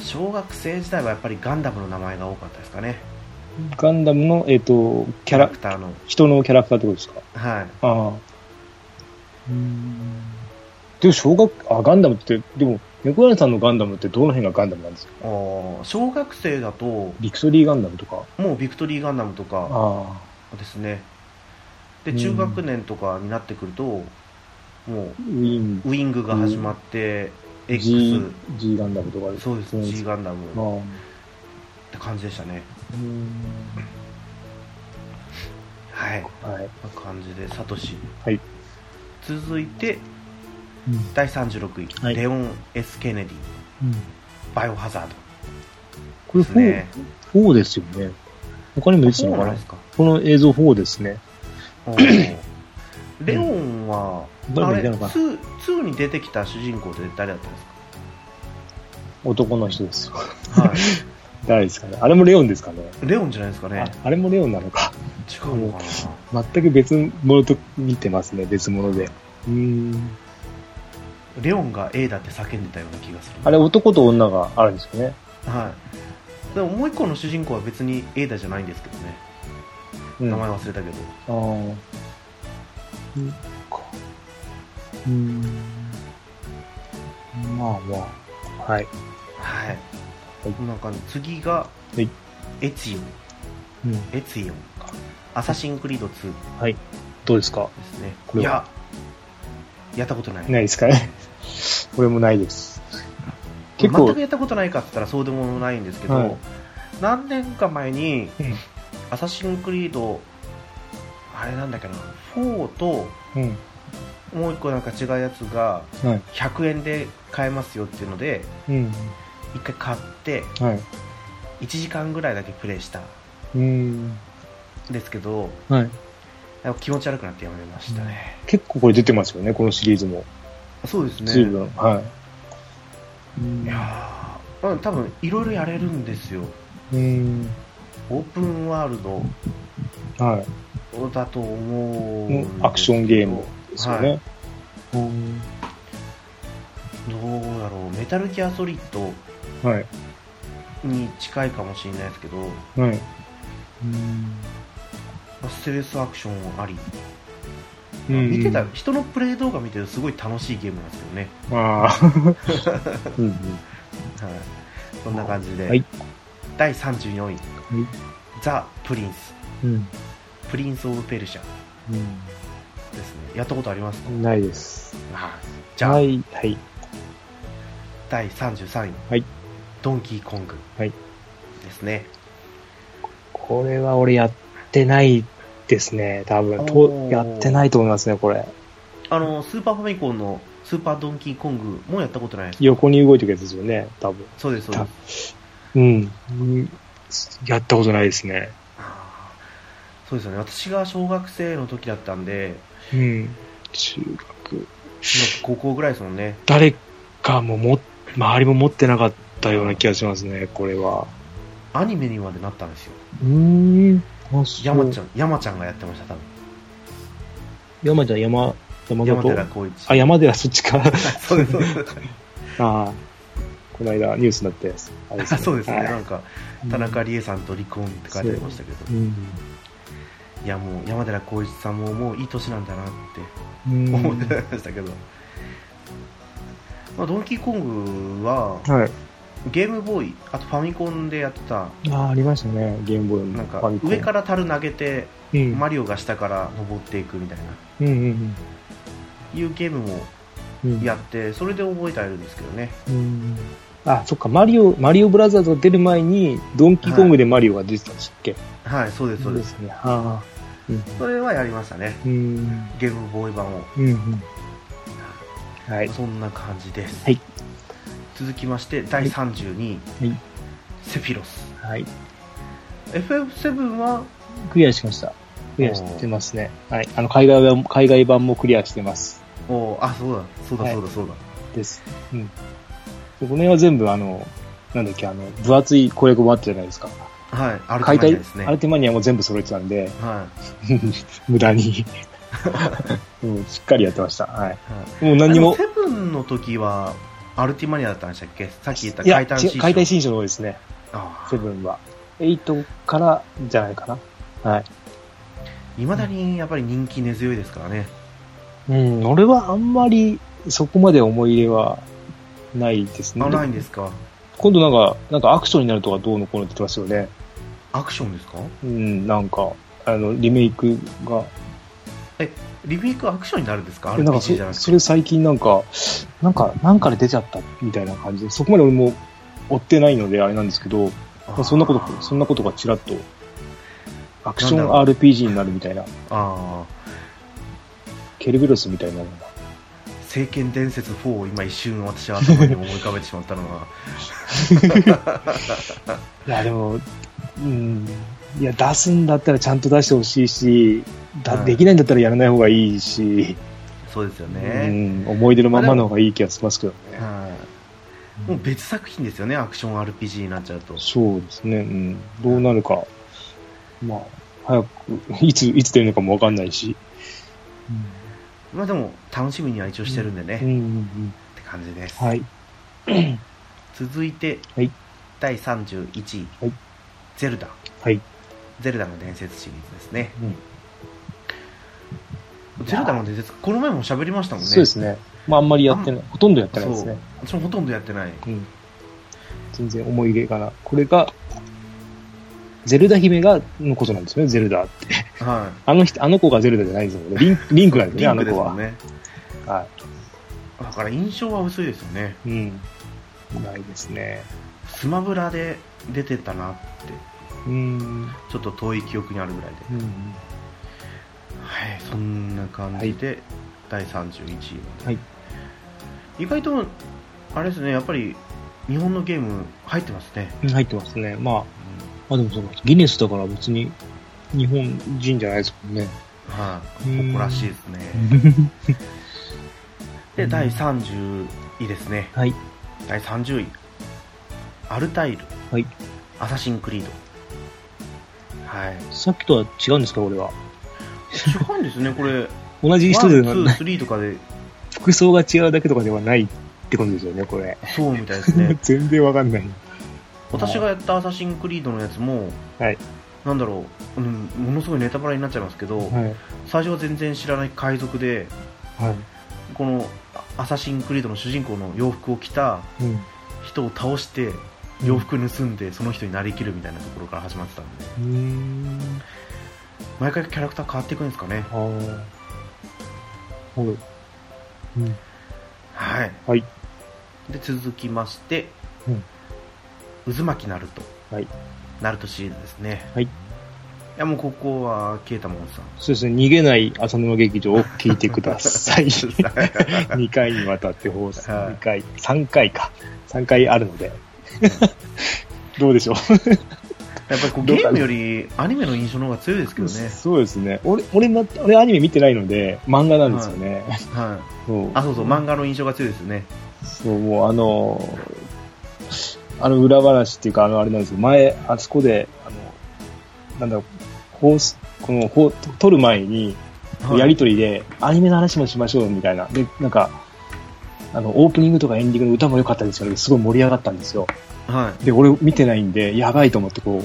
小学生時代はやっぱりガンダムの名前が多かったですかね。ガンダムの、えっ、と、キャキャララク、ターの。人のキャラクターってことですかはい。ああ。うん。でも、小学、あ、ガンダムって、でも、猫屋さんのガンダムってどの辺がガンダムなんですかあー小学生だともビクトリーガンダムとか。うビクトリーガンダムとかあですねでうん中学年とかになってくるともうあ。ウィン、ウイングが始まって X G、G ガンダムとかです。そうですうん G ガンダムあっあ。て感じでしたねうん。はいこはんい。な感じでサトシはい続いてうん第36位、はいレオン・ S ・ケネディバイオハザードこれですね 4, 4ですよね。他にも出てたそうのなかんなですかこの映像4ですね。おーレオンは、どあれれ見たのかな 2, 2に出てきた主人公って誰だったんですか男の人ですよ。 は誰ですかね。あれもレオンですかね。い、レオンじゃないですかねあ、あれもレオンなのか。 違うのかな、全く別物と見てますね。別物で。うーん。レオンが A だって叫んでたような気がする、あれ男と女があるんですよね。はい、でももう一個の主人公は別に A だじゃないんですけどね、うん名前忘れたけど、あーうんかうーん。まあまあ。はい。はい、はいこんな感じ、次が、はいエツィオうん。ン、エツィオンか、アサシンクリード2ではい。どうですかすね、いこれやは、やったことない、ないですかね。 これもないです。全結構くやったことないかって言ったらそうでもないんですけど、はい何年か前にうん、アサシンクリード、あれなんだっけな、4と、うん。もう一個なんか違うやつがはい。 100円で買えますよっていうのでうん。一回買ってはい。 1時間ぐらいだけプレイしたんうん。ですけどはい。やっぱ気持ち悪くなってやめましたね、結構これ出てますよね、このシリーズも。そうですね随分。はいい。やーうん多分いろいろやれるんですようん。オープンワールはドだと思うんい。ですのけどアクションゲームですよはねい。どうだろうメタルギアソリッドはい。に近いかもしれないですけどはい。ステレスアクションあり、うん見てた人のプレイ動画見てるとすごい楽しいゲームなんですよねああ。 うんうはんい、そんな感じで、はい第34位、いザ・プリンス、うんプリンス・オブ・ペルシャですね、やったことありますか、うん。ないです。はいじゃあ、はい。はい。第33位、はいドンキー・コング、はいですね、これは俺やってないですね。多分。おとーやってないと思いますね、これ。あのスーパーファミコンのスーパードンキー・コングもやったことないです、横に動いていくやつですよね、多分。そうです、そうです、うん。うんやったことないですね。あーそうですよね私が小学生の時だったんでうん。中学。今高校ぐらいですもんね誰かもも、周りも持ってなかったような気がしますね、これは。アニメにまでなったんですようん。山ちゃん。ゃん山ちゃんがやってました多分山ちゃん、山、山山里寺宏一あ、山寺、そっちか。 そう ですそうですああ。この間、ニュースになったやつ。あれあ そうですね、はいなんか田中理恵さんと離婚って書いてありましたけど、うん。いやもう山寺宏一さんももういい年なんだなってうん思ってましたけど、まあ、ドンキーコングははい。ゲームボーイあとファミコンでやってたああ、ありましたね。ゲームボーイなのんかファミコン。上から樽投げてうん。マリオが下から登っていくみたいなうんうんいうゲームもうんうん。やってそれで覚えてあるんですけどねうん。あ、そっか、マリオ、マリオブラザーズが出る前に、ドンキーコングでマリオが出てたんでしたっけ、はいそうですそうですね。はあ。うん。それはやりましたねうん。ゲームボーイ版をうんうん。はい。そんな感じです、はい続きまして第32位、はいセフィロスはい。 FF7 はクリアしました。クリアしてますね。はい。あの、海外版、海外版もクリアしてます。おーあそうだそうはだいそうだそうだ、です。うん。でこの辺は全部、あの、なんだっけ、あの、分厚い攻略本あったじゃないですか。はい、アルティ解マニ体、アですねアルティマニアも全部揃えてたんで、は無 駄に、うん。しっかりやってました。はい。い、はい、もう何にあもで。セブンの時はアルティマニアだったんでしたっけさっき言ったいや解体違う新書解体新書の方ですね、あセブンは。エイトからじゃないかな。はい。いまだにやっぱり人気根強いですからねうん、俺はあんまりそこまで思い入れはないですね。あないんですか今度なんか、なんかアクションになるとかどうのこうのって言ってますよね。アクションですかうん、なんか、あの、リメイクが。リメイクアクションになるんですかえなんか RPG じゃなそ、くてそれ最近なんか、なんか、なんかで出ちゃったみたいな感じで、そこまで俺も追ってないのであれなんですけど、あまあーそんなこと、そんなことがちらっと、アクショなんンだろ RPG になるみたいな、あケルベロスみたいなのーが。聖剣伝説4を今一瞬私は頭に思い浮かべてしまったのはいや、でも、うん、いや、出すんだったらちゃんと出してほしいし、だうんできないんだったらやらない方がいいし、 そうですようね、ん、思い出のままの方がいい気がしますけどね。はいもう別作品ですよねアクション RPG になっちゃうとそうですね、うん、どうなるか、まあ、早く、いつ、いつ出るのかもわかんないし、まあでも楽しみには一応してるんでね、うん、うっん、うん、て感じです、はい、続いて、はい第31位、はいゼルダはい、ゼルダの伝説シリーズですねうんゼルダの伝説この前も喋りましたもんねそうですね。まあ、あんまりやってない、ほとんどやってないですね。そう私もほとんどやってないうん。全然思い入れがな。これが、ゼルダ姫が、のことなんですよね、ゼルダって。はあの人、あの子がゼルダじゃないんですよ。リン リンクなんいですね、あのです子もは。んねはだから印象は薄いですよねい。うん。ないですね。スマブラで出てたなってうん。ちょっと遠い記憶にあるぐらいでうん。はいそんな感じで、第31位まではい意外とあれですねやっぱり日本のゲーム入ってますね、入ってますね。まあ、まあでもそうか。ギネスだから別に日本人じゃないです もんね。はい、うん誇らしいですね、でうん第30位ですねはい。第30位アルタイル、はいアサシンクリード はいさっきとは違うんですか、俺は。違うんですねこれ同じ人では ない。 1,2,3とかで服装が違うだけとかではないってことですよね、これ。そうみたいです ね全然わかんない。私がやったアサシンクリードのやつも、はいなんだろう、うん、ものすごいネタバレになっちゃいますけど、はい。最初は全然知らない海賊ではこのアサシンクリードの主人公の洋服を着たい。うん。人を倒して洋服盗んでその人になりきるみたいなところから始まってたんでうん。毎回キャラクター変わっていくんですかねああ。はい。うん。はい、はいで続きまして、渦巻きナルト、はいナルトシリーズですねはいいやもうここはケータモン さんそうですね、逃げない浅沼劇場を聞いてください。2回にわたって放送、はい2回、3回か。3回あるので。どうでしょう。やっぱりこうどゲうかーなムよりアニメの印象の方が強いですけどね、 そうですね。俺、俺な、俺アニメ見てないので、漫画なんですよね。はい、 そうあそうそう、漫画の印象が強いですよね、そう、もうあのーあの裏話っていうか、あのあれなんですよ。前、あそこで、あの、なんだろう、放送この、放撮る前に、はい、やりとりで、アニメの話もしましょうみたいな。で、なんか、あの、オープニングとかエンディングの歌も良かったですよね。すごい盛り上がったんですよ。はで、俺見てないんで、やばいと思って、こう、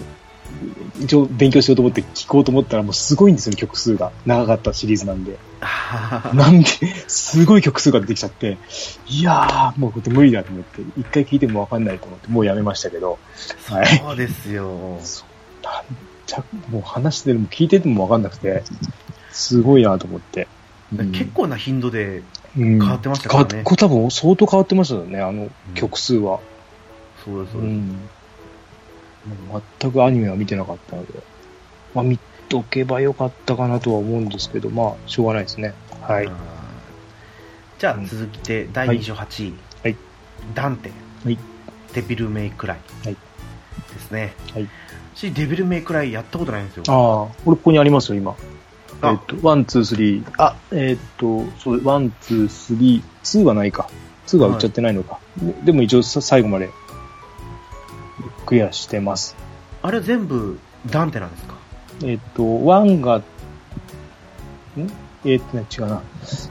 一応勉強しようと思って聞こうと思ったら、もうすごいんですよね、曲数が。長かったシリーズなんで。い、なんで、すごい曲数が出てきちゃって、いやー、もうこれ無理だと思って、一回聞いてもわかんないと思って、もうやめましたけど、はい。 そうですよ、そうなんちゃ、もう話してるも聞いててもわかんなくて、すごいなと思って。うん結構な頻度で、変わってましたからねこれ多分相当変わってましたよね、あの曲数は。そうです、うそんうですもう全くアニメは見てなかったので、まあ、見とけばよかったかなとは思うんですけど、まあ、しょうがないですね。はい。あーじゃうあん続きて第28位、はいダンテ、はいデビル・メイ・クライ、はいですね、はい私、デビル・メイ・クライやったことないんですよ、ああ、俺ここにありますよ、今。あえっと、ワン、ツー、スリー。あ、えっと、そう、ワン、ツー、スリー、ツーはないか。ツーは売っちゃってないのか。ででも一応さ最後までクリアしてます。あれ全部ダンテなんですか、えっと、ワンが、んえっとね、違うな。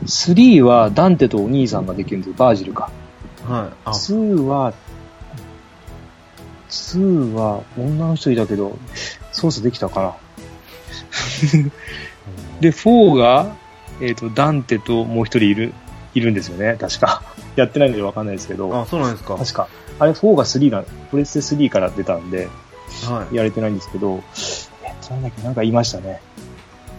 スリーはダンテとお兄さんができるんですよ。バージルか。はい、あツーは、ツーは女の人いたけど、ソースできたかな。で、フォーが、えっ、と、ダンテともう一人いる、いるんですよね、確か。 やってないのでわかんないですけど、あそうなんですか、確か。あれ、フォーが3が、プレステ3から出たんで、はい、やれてないんですけど、えっ、と、なんだっけ、なんかいましたね。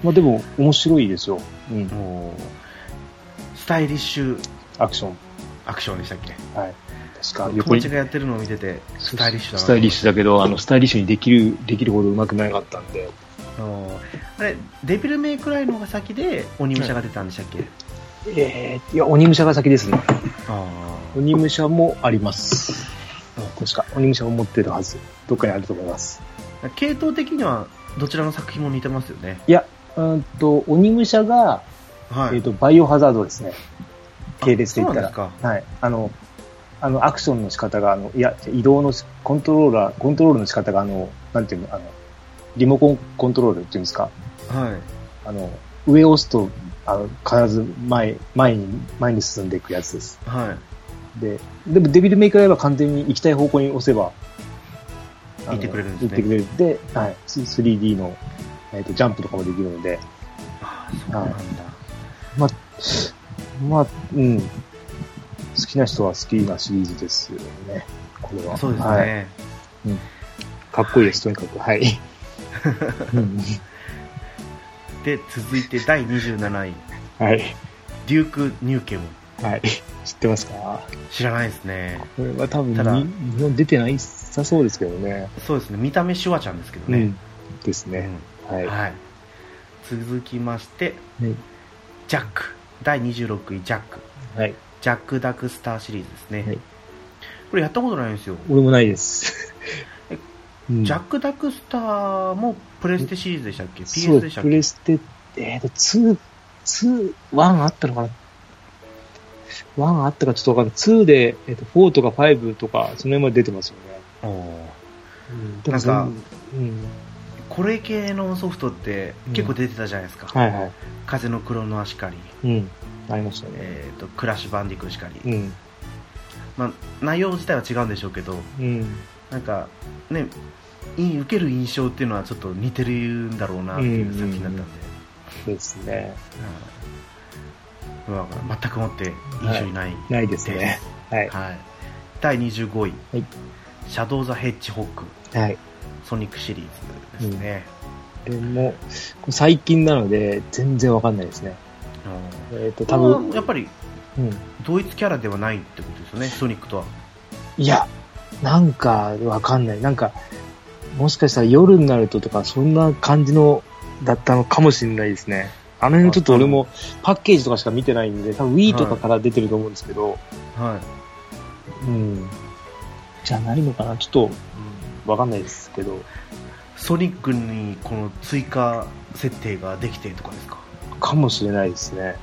まあでも、面白いですよ。うん、もうスタイリッシュアクション。アクションでしたっけはい。確か、友達がやってるのを見ててススタイリッシュだなスタイリッシュだけど、あの、スタイリッシュにできる、できるほどうまくなかったんで、あのあれデビルメイクライの方が先で鬼武者が出たんでしたっけ、えー、いや、鬼武者が先ですね。あ鬼武者もあります。確か、鬼武者を持ってるはず。どっかにあると思います。あ系統的にはどちらの作品も似てますよねいや、うーんと、鬼武者が、はい、えっ、と、バイオハザードですね。あ系列で言ったそうなら。んですはい。あの、あの、アクションの仕方が、あの、いや、移動のし、コントローラー、コントロールの仕方が、あの、なんていうの、あの、リモコンコントロールっていうんですか。かはいあの、上を押すと、あの、必ず前、前に、前に進んでいくやつです。はいで、でもデビルメイクライは完全に行きたい方向に押せば、あの行ってくれるんですね行ってくれるんで、はい。3D の、えっ、と、ジャンプとかもできるので、あーそうなんだ、まあ、うん。好きな人は好きなシリーズですよね。これは。そうですね、はい。かっこいいです、とにか く。はい。うんで続いて第27位はい。デューク・ニューケムはい。知ってますか知らないですねこれは多分ただに、日本出てないさそうですけどね。そうですね見た目シュワちゃんですけどうね、ん。ですね。はい。ははい、続きましてい。ジャック第26位ジャックはい。ジャック・ダック・スターシリーズですね、はいこれやったことないんですよ、俺もないです。 えうんジャック・ダック・スターもプレステシリーズでしたっけそ PS うでしたっプけレステ、えっ、と、2、2、1あったのかな ?1 あったかちょっとわかんない。2で、えっ、と、4とか5とか、その辺まで出てますよね。おーでもそなんか、うん、これ系のソフトって結構出てたじゃないですか、はいはい。風のクロノアしかり、うん。ありましたね。えー、とクラッシュ・バンディクーしかり、うん。まあ、内容自体は違うんでしょうけどうん。なんかねい受ける印象っていうのはちょっと似てるんだろうなっていう作品だったんで、ですね。うんまあ全くもって印象にない、ないですね。はい。はい、第25位、はいシャドウ・ザ・ヘッジホックはい。ソニックシリーズですね、でも、これ最近なので、全然わかんないですね。うんえっ、と、多多分分、やっぱりうん。同一キャラではないってことですよねソニックとはいや、なんかわかんない。なんか、もしかしたら夜になるととか、そんな感じの、だったのかもしれないですね。あの辺ちょっと俺もパッケージとかしか見てないんで、多分 Wii とかから出てると思うんですけど、はいうん。じゃないのかなちょっと、わかんないですけど、ソニックにこの追加設定ができてとかですか、かもしれないですね。うん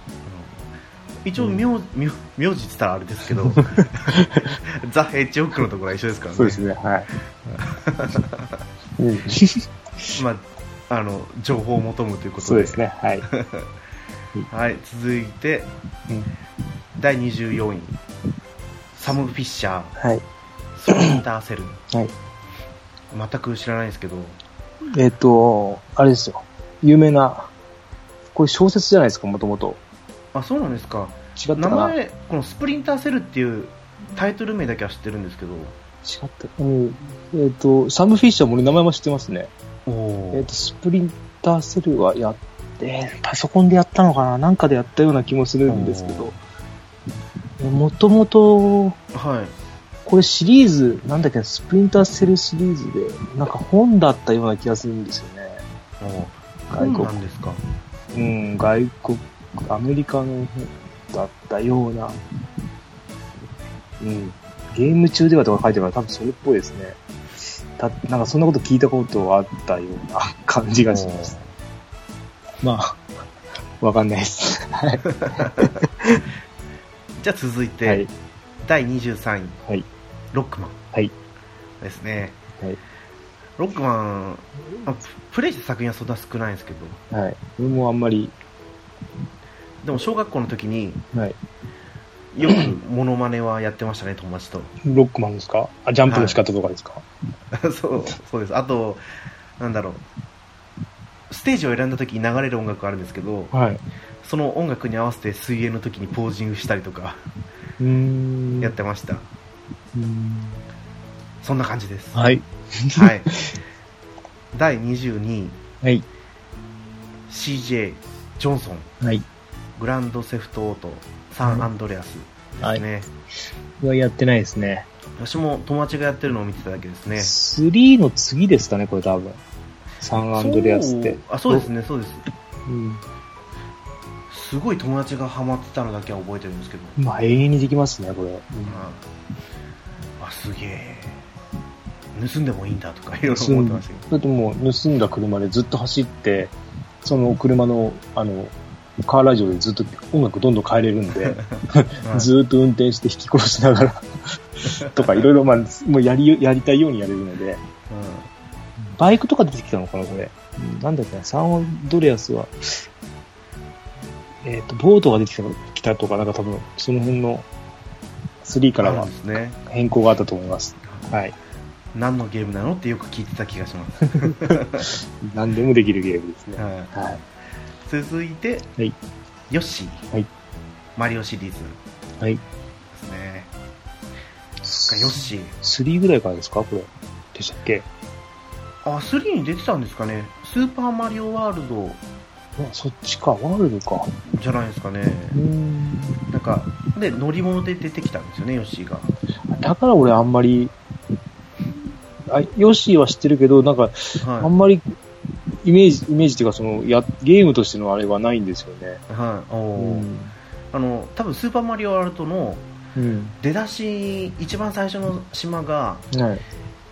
一応名,、名名字って言ったらあれですけ どザ・ヘッジホックのところは一緒ですからねそうですね、 はい。うん、 まあ、あの情報を求むということでそうですね、 はい。はい、続いてうん第24位サム・フィッシャーはい。ソニー・インターセル はい。全く知らないですけどえっ、と、あれですよ。有名な、これ小説じゃないですか、もともと。あそうなんですか違ったか名な違っ前このスプリンターセルっていうタイトル名だけは知ってるんですけどた。うん。えっ、と、サム・フィッシャーも俺名前も知ってますね。おえっ、おと、スプリンターセルはやって、パソコンでやったのかななんかでやったような気もするんですけど。もともと、はいこれシリーズ、なんだっけ、スプリンターセルシリーズで、なんか本だったような気がするんですよね。おー外そう国なんですかうん、外国、アメリカのだったような、うん、ゲーム中ではとか書いてあるから、多分それっぽいですね。たなんかそんなこと聞いたことはあったような感じがします。まあ、 わかんないです。はい。じゃあ続いて、はい。第23位、はいロックマン、はいですね、はいロックマンあププレイした作品はそんな少ないんですけどはい。俺もあんまり、でも小学校の時にはい。よくモノマネはやってましたね友 達とロックマンですかあ、ジャンプの仕方とかですか、そうそうですあとなんだろうステージを選んだ時に流れる音楽があるんですけどはい、その音楽に合わせて水泳の時にポージングしたりとかうーん。やってましたうーんそんな感じですははい。い第22位はい。 CJ ジョンソンはい。グランドセフトオートサンアンドレアスはですい。ね、はやってないですね。私も友達がやってるのを見てただけですね3の次ですかね、これ多分。サンアンドレアスって。そうあそうですねそうですうん。すごい友達がハマってたのだけは覚えてるんですけど、まあ永遠にできますね、これ。うんあすげえ盗んでもいいんだとかいろいろ思ってましたけどだってもう盗んだ車でずっと走って、その車の、あの、カーラジオでずっと音楽どんどん変えれるん で、はいずっと運転して引き殺しながらとか、いろいろ、まあ、もうやり、やりたいようにやれるので、うバイクとか出てきたのかな、これ。なんだっけな、サンアンドレアスは、えっ、と、ボートが出てきたきたとか、なんか多分、その辺の3かんらあるはんですね変更があったと思います。はい。何のゲームなのってよく聞いてた気がします、何でもできるゲームですね。ははい。い続いて、はいヨッシー、はいマリオシリーズではい。すねそっかヨッ3シーぐらいからですか、これ。でしたっけあ3に出てたんですかねスーパーマリオワールドうわそっちか、ワールドか。じゃないですかねうーん。なんかで乗り物で出てきたんですよねヨッシーがだから俺あんまり、あヨッシーは知ってるけど、なんか、あはんまり、イメージ、イメージっていうか、その、や、ゲームとしてのあれはないんですよね。い、はい、おうお、あの多分スーパーマリオワールドのうん。出だし一番最初の島がは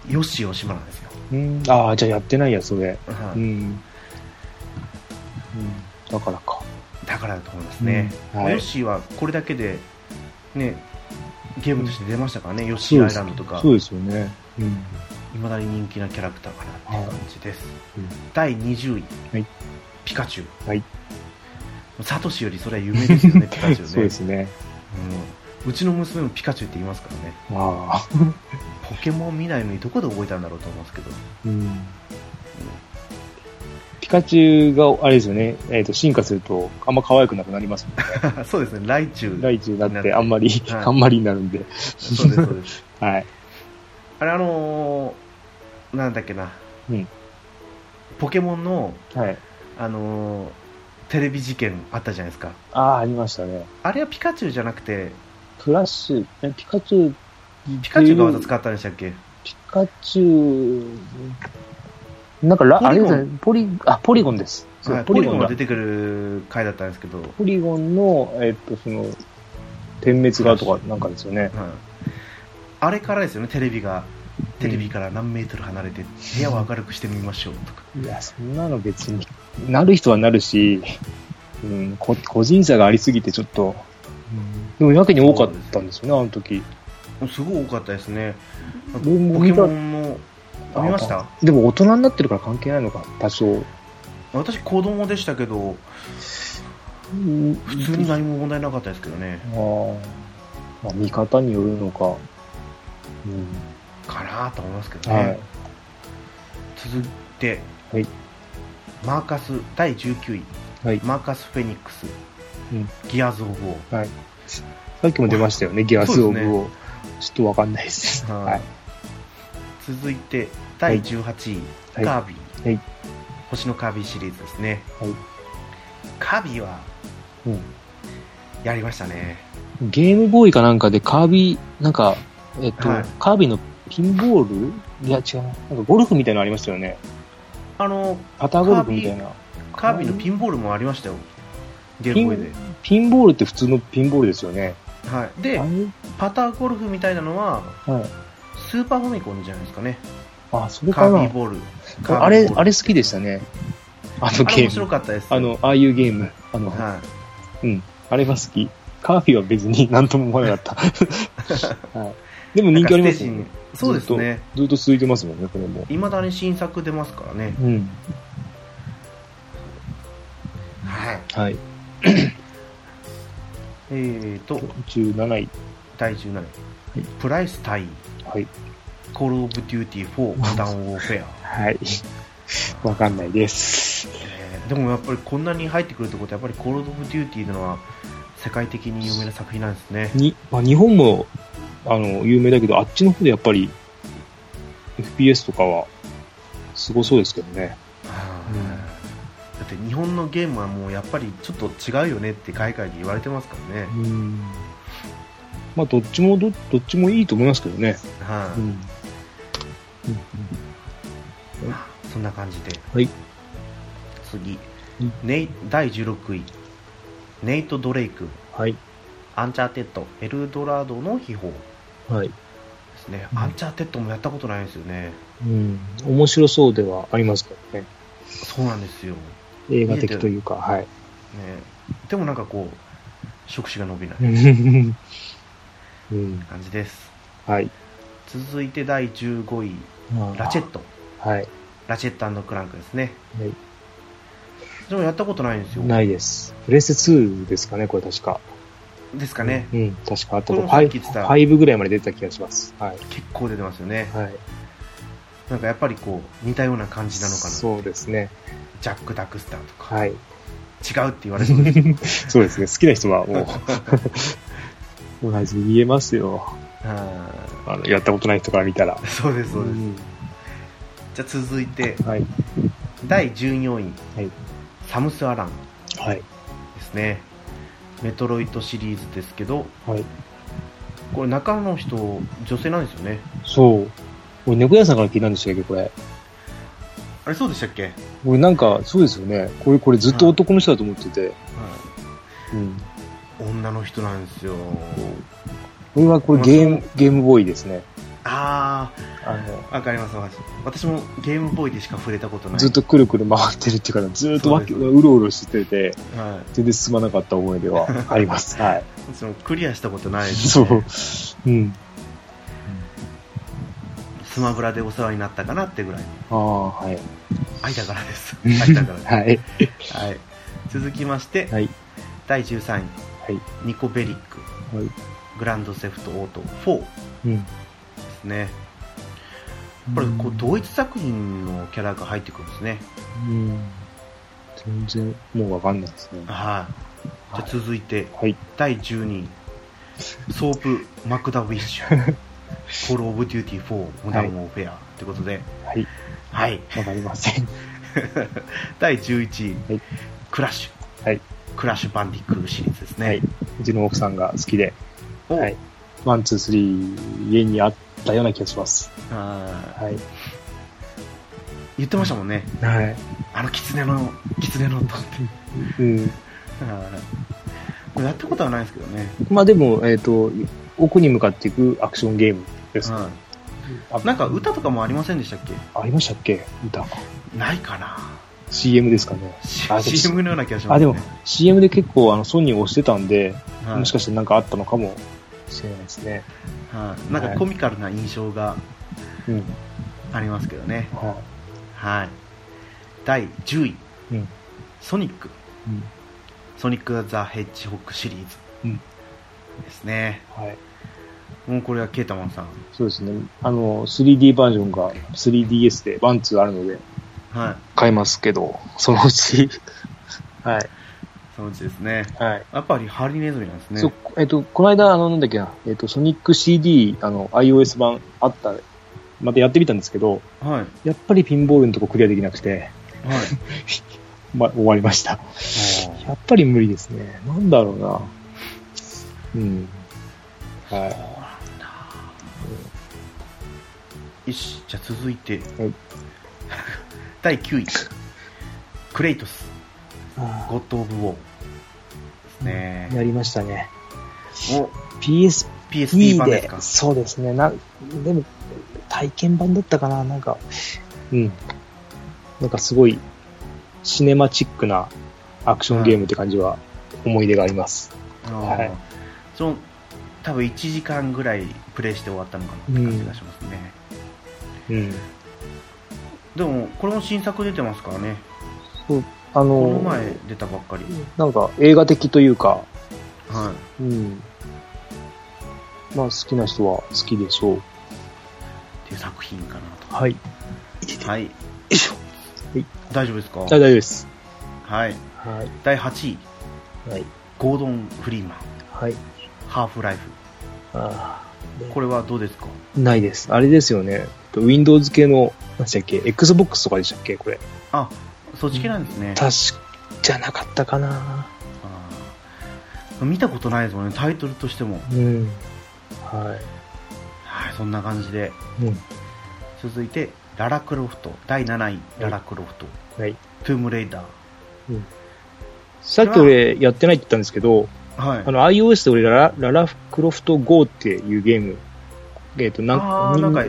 い。ヨッシーの島なんですよ、うん、ああ、じゃあやってないや、それ。はういん。うん、だからか。だからだと思いますね、うんはいヨッシーはこれだけでねゲームとして出ましたからね、ヨッシーアイランドとかそうですよね。うん。いまだに人気なキャラクターかなっていう感じです、うん第20位、はいピカチュウ、はいサトシよりそれは有名です よねピカチュウねそうですね。うん、うちの娘もピカチュウって言いますからねああ。ポケモン見ないのにどこで覚えたんだろうと思うんですけど うん。ピカチュウが、あれですよね、えっ、と、進化すると、あんま可愛くなくなりますもんね。そうですね、ライチュウ。ライチュウだって、あんまり、はい あんまりになるんで。そうです、そうです。 はい。あれ、あのー、なんだっけな、うんポケモンの、はい。あのー、テレビ事件あったじゃないですか。ああ、ありましたね。あれはピカチュウじゃなくて、フラッシュ、えピカチュウ、ピカチュウが技使ったんでしたっけピカチュウ、なんかラ、ポあリれゴでンすね、ポリ、あ、ポリゴンです。そうはいポリゴンだが出てくる回だったんですけど、はいポリゴンの、えっと、その、点滅がとかなんかですよね。あれからですよね、テレビがテレビから何メートル離れて部屋を明るくしてみましょうとか、いや、そんなの別に、なる人はなるし、うん、こ個人差がありすぎてちょっと、でもやけに多かったんですよね、あの時。すごい多かったですねポケ僕も見たモンもあ見ましたでも大人になってるから関係ないのか、多少。私子供でしたけど普通に何も問題なかったですけどねあーまあ、見方によるのか。うんかなと思いますけどね、はい。続いて、はいマーカス第19位、はいマーカス・フェニックス、うんギアズ・オブ・オはい。さっきも出ましたよね、ギアスオブそうを。ちょっとわかんないです。ー、はい。続いて第18位、はいカービィ、はい星のカービィシリーズですね、はいカービィはうやりましたねん、ゲームボーイかなんかでカービィ、なんか、えっと、はいカービィのピンボールいや、違うな。なんかゴルフみたいなのありましたよね。あのパターゴルフみたいな。カービィのピンボールもありましたよゲーピムボーインピンボールって普通のピンボールですよね。で,、はい、あでれパターゴルフみたいなのははい。スーパーファミコンじゃないですかねあ、それカかービなィ。ボールあれ、あれれ好きでしたね。あのあれゲ面ー白ム。かったですあの、ああいうゲーム。あの、はいうん。あれは好き。カービィは別に何とも思 わなかった。はい、でも人気ありますよね。そうですねずっと続いてますもんね、これも。いまだに新作出ますからねうん。はいはい。えーと17位。第17位プライス対はい。コール・オブ・デューティー4モダン・ウォーフェ ア、はい。わかんないです。えーでもやっぱりこんなに入ってくるってことはやっぱりコール・オブ・デューティーのは世界的に有名な作品なんですねに、まあ、日本も、あの、有名だけど、あっちの方でやっぱり、FPS とかは、すごそうですけどね。だって日本のゲームはもうやっぱりちょっと違うよねって海外で言われてますからね、うん。まあ、どっちもど、どっちもいいと思いますけどね。はういん。そんな感じで、はい次うんネイ第16位ネイト・ドレイクはい。アンチャーテッドエルドラドの秘宝ではい。すね、うんアンチャーテッドもやったことないんですよねうん。面白そうではありますけどね。そうなんですよ、ね、映画的というか、はい。でもなんかこう触手が伸びない うん。感じですはい。続いて第15位ラチェットはい。ラチェットクランクですねはいでもやったことないんですよないです。プレステ2ですかね、これ確か。ですかね、うん、確かあったことれフもさァっイきブ言ってたファイブぐらいまで出た気がします。はい。結構出てますよね、はい。なんかやっぱりこう似たような感じなのかなそうですね。ジャック・ダクスターとか、 はい。違うって言われそうです、そうですね。好きな人はもう、同じに言えますよ。ああの、やったことない人から見たらー。そうですそうです、んじゃあ続いてはい。第14位、はいサムス・アランはい。ですねメトロイドシリーズですけどはい。これ中の人女性なんですよねそう。俺、猫屋さんから聞いたんでしたっけ、これ。あれそうでしたっけ、俺なんか、そうですよね。これ、これずっと男の人だと思ってて。うん。女の人なんですよ俺はこれゲーム、ゲームボーイですね。ああの、あわかりますわかります私もゲームボーイでしか触れたことないずっ、とくるくる回ってるっていうか、ずっとわけ、そううでろうろしてて、はい、全然進まなかった思い出は あります。はい。そのクリアしたことないです そね、う。うん。スマブラでお世話になったかなってぐらいああ、はい。間からです間からです、はい。はい、続きまして、はい第13位、はいニコベリックはい。グランドセフトオート4うん。ですねこれこうドイツ作品のキャラが入ってくるんですねうん。全然、もうわかんないですね。はいじゃはあい続いてはい。第12位ソープマクダウィッシ ュコール・オブ・デューティー4モダン・オフェアということではい。はいわかりません。 第11位、はいクラッシュ、はいクラッシュバンディックシリーズですね、はい。うちの奥さんが好きで、おはいワン、ツー、スリー、家にあったような気がします。あーはい。言ってましたもんねはい。あの狐の狐の音ってうん。あーやったことはないですけどね、まあでも、えっ、と、奥に向かっていくアクションゲームです。はあなんか歌とかもありませんでしたっけありましたっけ歌。ないかな CM ですかね。あそう CM のような気がしまあ、すでねも CM で結構あのソニーを押してたんで、はいもしかしてなんかあったのかもしれないですね。はいなんかコミカルな印象がうん。ありますけどねははい第10位い。うん。ソニックうん。ソニック・ザ・ヘッジホックシリーズうんですね、はい。もうこれはケータマンさんそうですね。あの、3D バージョンが 3DS でワンツーあるので、はい買いますけど、そのうち。 はい。そのうちですねはい。やっぱりハリネズミなんですねそう、えっ、と、この間、あの、なんだっけな、えっ、と、ソニック CD、あの、iOS 版あった、またやってみたんですけど、はいはいやっぱりピンボールのとこクリアできなくて、ま、終わりました。やっぱり無理ですね。なんだろうな。うん。はよしじゃあ続いて、はい 第9位クレイトスい。ゴッド・オブ・ウォーですね、やりましたね。お PSP PSP 版ですでか、そうですね。な、でも、体験版だったかな、なんか。うん。なんかすごい、シネマチックなアクションゲームって感じは、思い出があります。あーはいその多分1時間ぐらいプレイして終わったのかなって感じがしますね、うん。でもこれも新作出てますからねあこのの前出たばっかり、なんか映画的というか、はい、うん。まあ好きな人は好きでしょう。っていう作品かなとはい。はい。よいしょはい大丈夫ですか大丈夫です。はい。はい。第8位、はい。ゴードン・フリーマン、はい。ハーフライフ。あこれはどうですかーないです。あれですよね。えっと Windows 系の、何でしたっけ ?Xbox とかでしたっけこれ。あ、そっち系なんですね。確じゃなかったかな。あー見たことないですもんね、タイトルとしても。うん。ははい、そんな感じで。い。うん。続いて、ララクロフト、第7位、ララクロフト、はい。トゥームレイダさっき俺やってないって言ったんですけど、ー。はい。あの iOS で俺ララ、ララクロフト GO っていうゲーム、えっ、と、なんあーなんか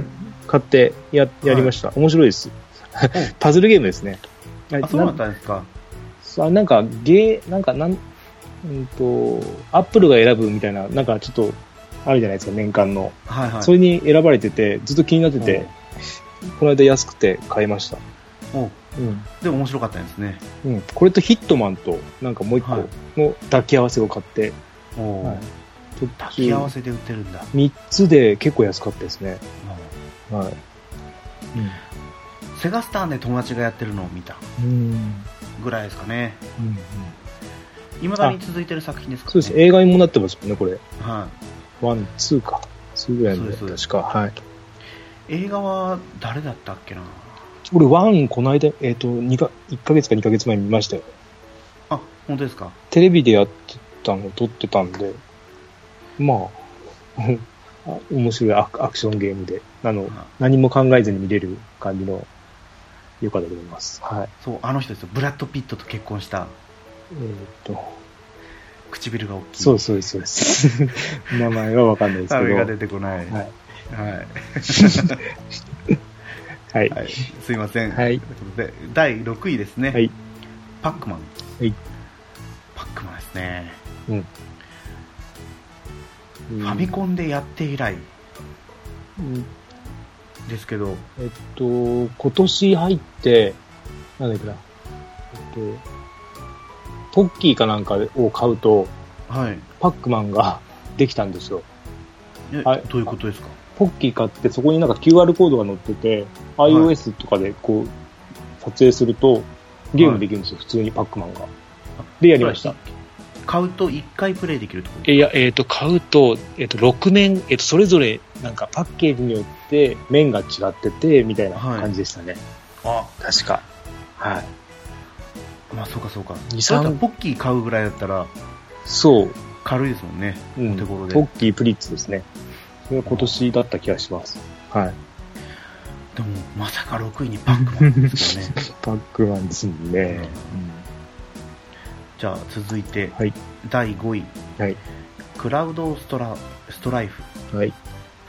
買ってややりました。面白いです。 パズルゲームですね。あ、そうだったんですか。あなんか、ゲー、なんか、なん、うんと、アップルが選ぶみたいな、なんかちょっと、あるじゃないですか、年間の。はいはい。それに選ばれてて、ずっと気になってて、この間安くて買いました。おうん。でも面白かったんですね。うん。これとヒットマンと、なんかもう一個はいの抱き合わせを買って、おはいちょっと抱き合わせで売ってるんだ。 3つで結構安かったですね。はい。セガスターンで友達がやってるのを見たうん。ぐらいですかね。うん。いまだに続いてる作品ですか、ね、そうです。映画にもなってますもんね、これ。はワン、ツーか。ツーぐらいのそうです確か。はい。い、映画は誰だったっけな俺、ワン、この間、えっ、と、二か、1ヶ月か2ヶ月前に見ましたよ。あ本当ですかテレビでやってたの、撮ってたんで、まあ、うんあ 面白いアクアクションゲームで、あの、あ何も考えずに見れる感じの、良かったと思います。はい。そうあの人ですよブラッド・ピットと結婚したえーっと、唇が大きいそうですそうです、そうです。 名前はわかんないですあけ上ど。が出てこないはい。はい、はい。はいすいません、はいということで第6位ですね、はいパックマン、はいパックマンですね、うん。フファミコンでやって以来ですけどえっと、今年入って、なんだっけな、えっと、ポッキーかなんかを買うと、はいパックマンが できたんですよ。えはいどういうことですかポッキー買って、そこになんか QR コードが載ってて、い iOS とかでこう、撮影すると、ゲームできるんですよ、普通にパックマンが。で、やりました。買うと1回プレイできるってこといや、えっ、と、買うと、えっ、と、6面、えっ、と、それぞれ、なんかパッケージによって、面が違ってて、みたいな感じでしたね。あ確か。はい。まあそうかそうか二そ三うだったらポッキー買うぐらいだったらそう。軽いですもんねうんということでポッキープリッツですね。それは今年だった気がします。はい。でもまさか6位にパックマンですよね パックマンですね。じゃあ続いて、はい第5位はい。クラウドストラストライフはい。フ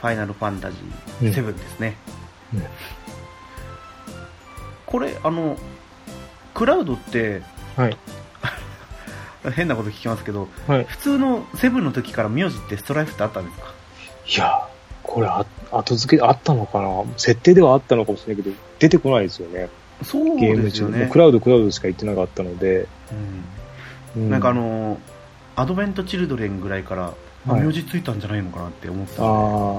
ァイナルファンタジうーん7ですね、うんこれあのクラウドってはい。 変なこと聞きますけどはい。普通のセブンの時から名字ってストライフってあったんですかいやー、これあ、後付けあったのかな設定ではあったのかもしれないけど、出てこないですよね。そうゲーでムす中。よねクラウド、クラウドしか言ってなかったので。ううんなんかあ、のアドベント・チルドレンぐらいから、あ名字ついたんじゃないのかなって思ったんああ。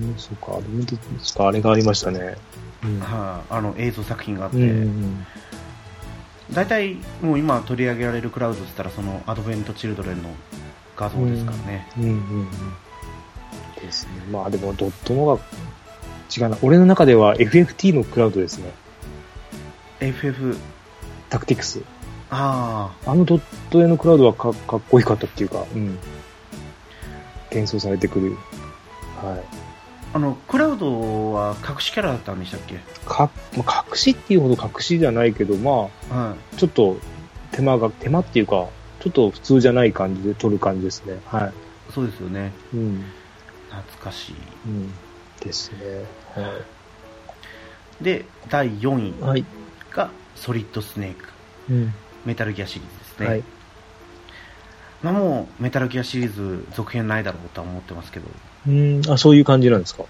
うんそうか、アドベントですか、あれがありましたね。うんで、はいあの映像作品があって、うん。大体もう今取り上げられるクラウドって言ったらそのアドベント・チルドレンの画像ですからね、うん。うん。ですね。まあでも、ドットの方が、違うな。俺の中では FFT のクラウドですね。 FF タクティクス。ああのドット絵のクラウドはかかっこよかったっていうか、うん。転送されてくる。はい。ああのクラウドは隠しキャラだったんでしたっけか、まあ、隠しっていうほど隠しじゃないけど、まはあ、ちょっと手間が、手間っていうか、ちょっと普通じゃない感じで撮る感じですね。はいそうですよねい。うん。懐かしいうん。ですね。はで第4位い。はい。がソリッド・スネークうん。メタルギアシリーズですね、はい。まあもうメタルギアシリーズ続編ないだろうとは思ってますけど、うん。あ、そういう感じなんですか。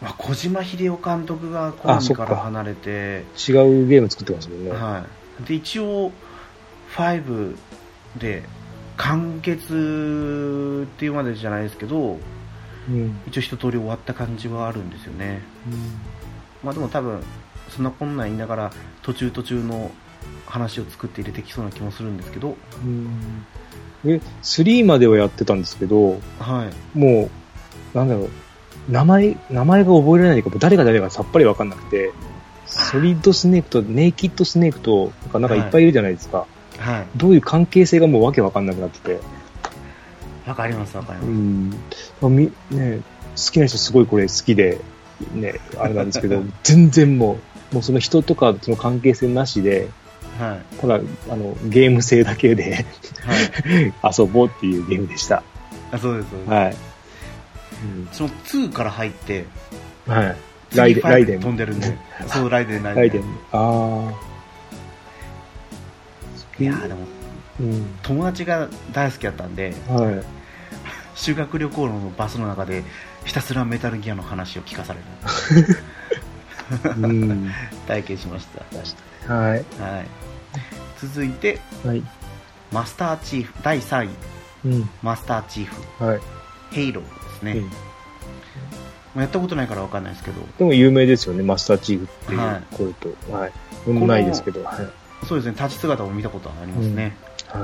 まあ、小島秀夫監督がコナミから離れて、違うゲーム作ってますもんね。はい、で一応、5で完結っていうまでじゃないですけど、うん。一応一通り終わった感じはあるんですよね。まあでも多分、そんなこんなん言いながら途中途中の話を作って入れてきそうな気もするんですけど、うん。で、3まではやってたんですけど、はい、もう、なんだろう、名前、名前が覚えられないというか、誰が誰がさっぱりわかんなくて、ソリッドスネークとネイキッドスネークと、なんかなんかいっぱいいるじゃないですか。はい、どういう関係性がもうわけわかんなくなってて。わかります、わかりうます。ん。まあみね、好きな人すごいこれ好きで、ね、あれなんですけど、 全然もう、もうその人とかその関係性なしで、はい、ただ、あの、ゲーム性だけで はい、遊ぼうっていうゲームでした。 あそうです、そうです。はい。その2から入って、うん、はい。ライ次デンファイブで飛んでるん で、そう、ライデン、ラライイデデンン。。ああ。いやーでもうん。友達が大好きだったんではい。修学旅行のバスの中でひたすらメタルギアの話を聞かされ るうん。体験しましはい。た、はい、続いてはい。マスターチーフ第3位うん。マスターチーフはい。ヘイローですね、うんもうやったことないからわかんないですけどでも有名ですよね、マスターチーフっていはういコルト。はい。俺もないですけど、はい。そうですね立ち姿を見たことはありますね、はい。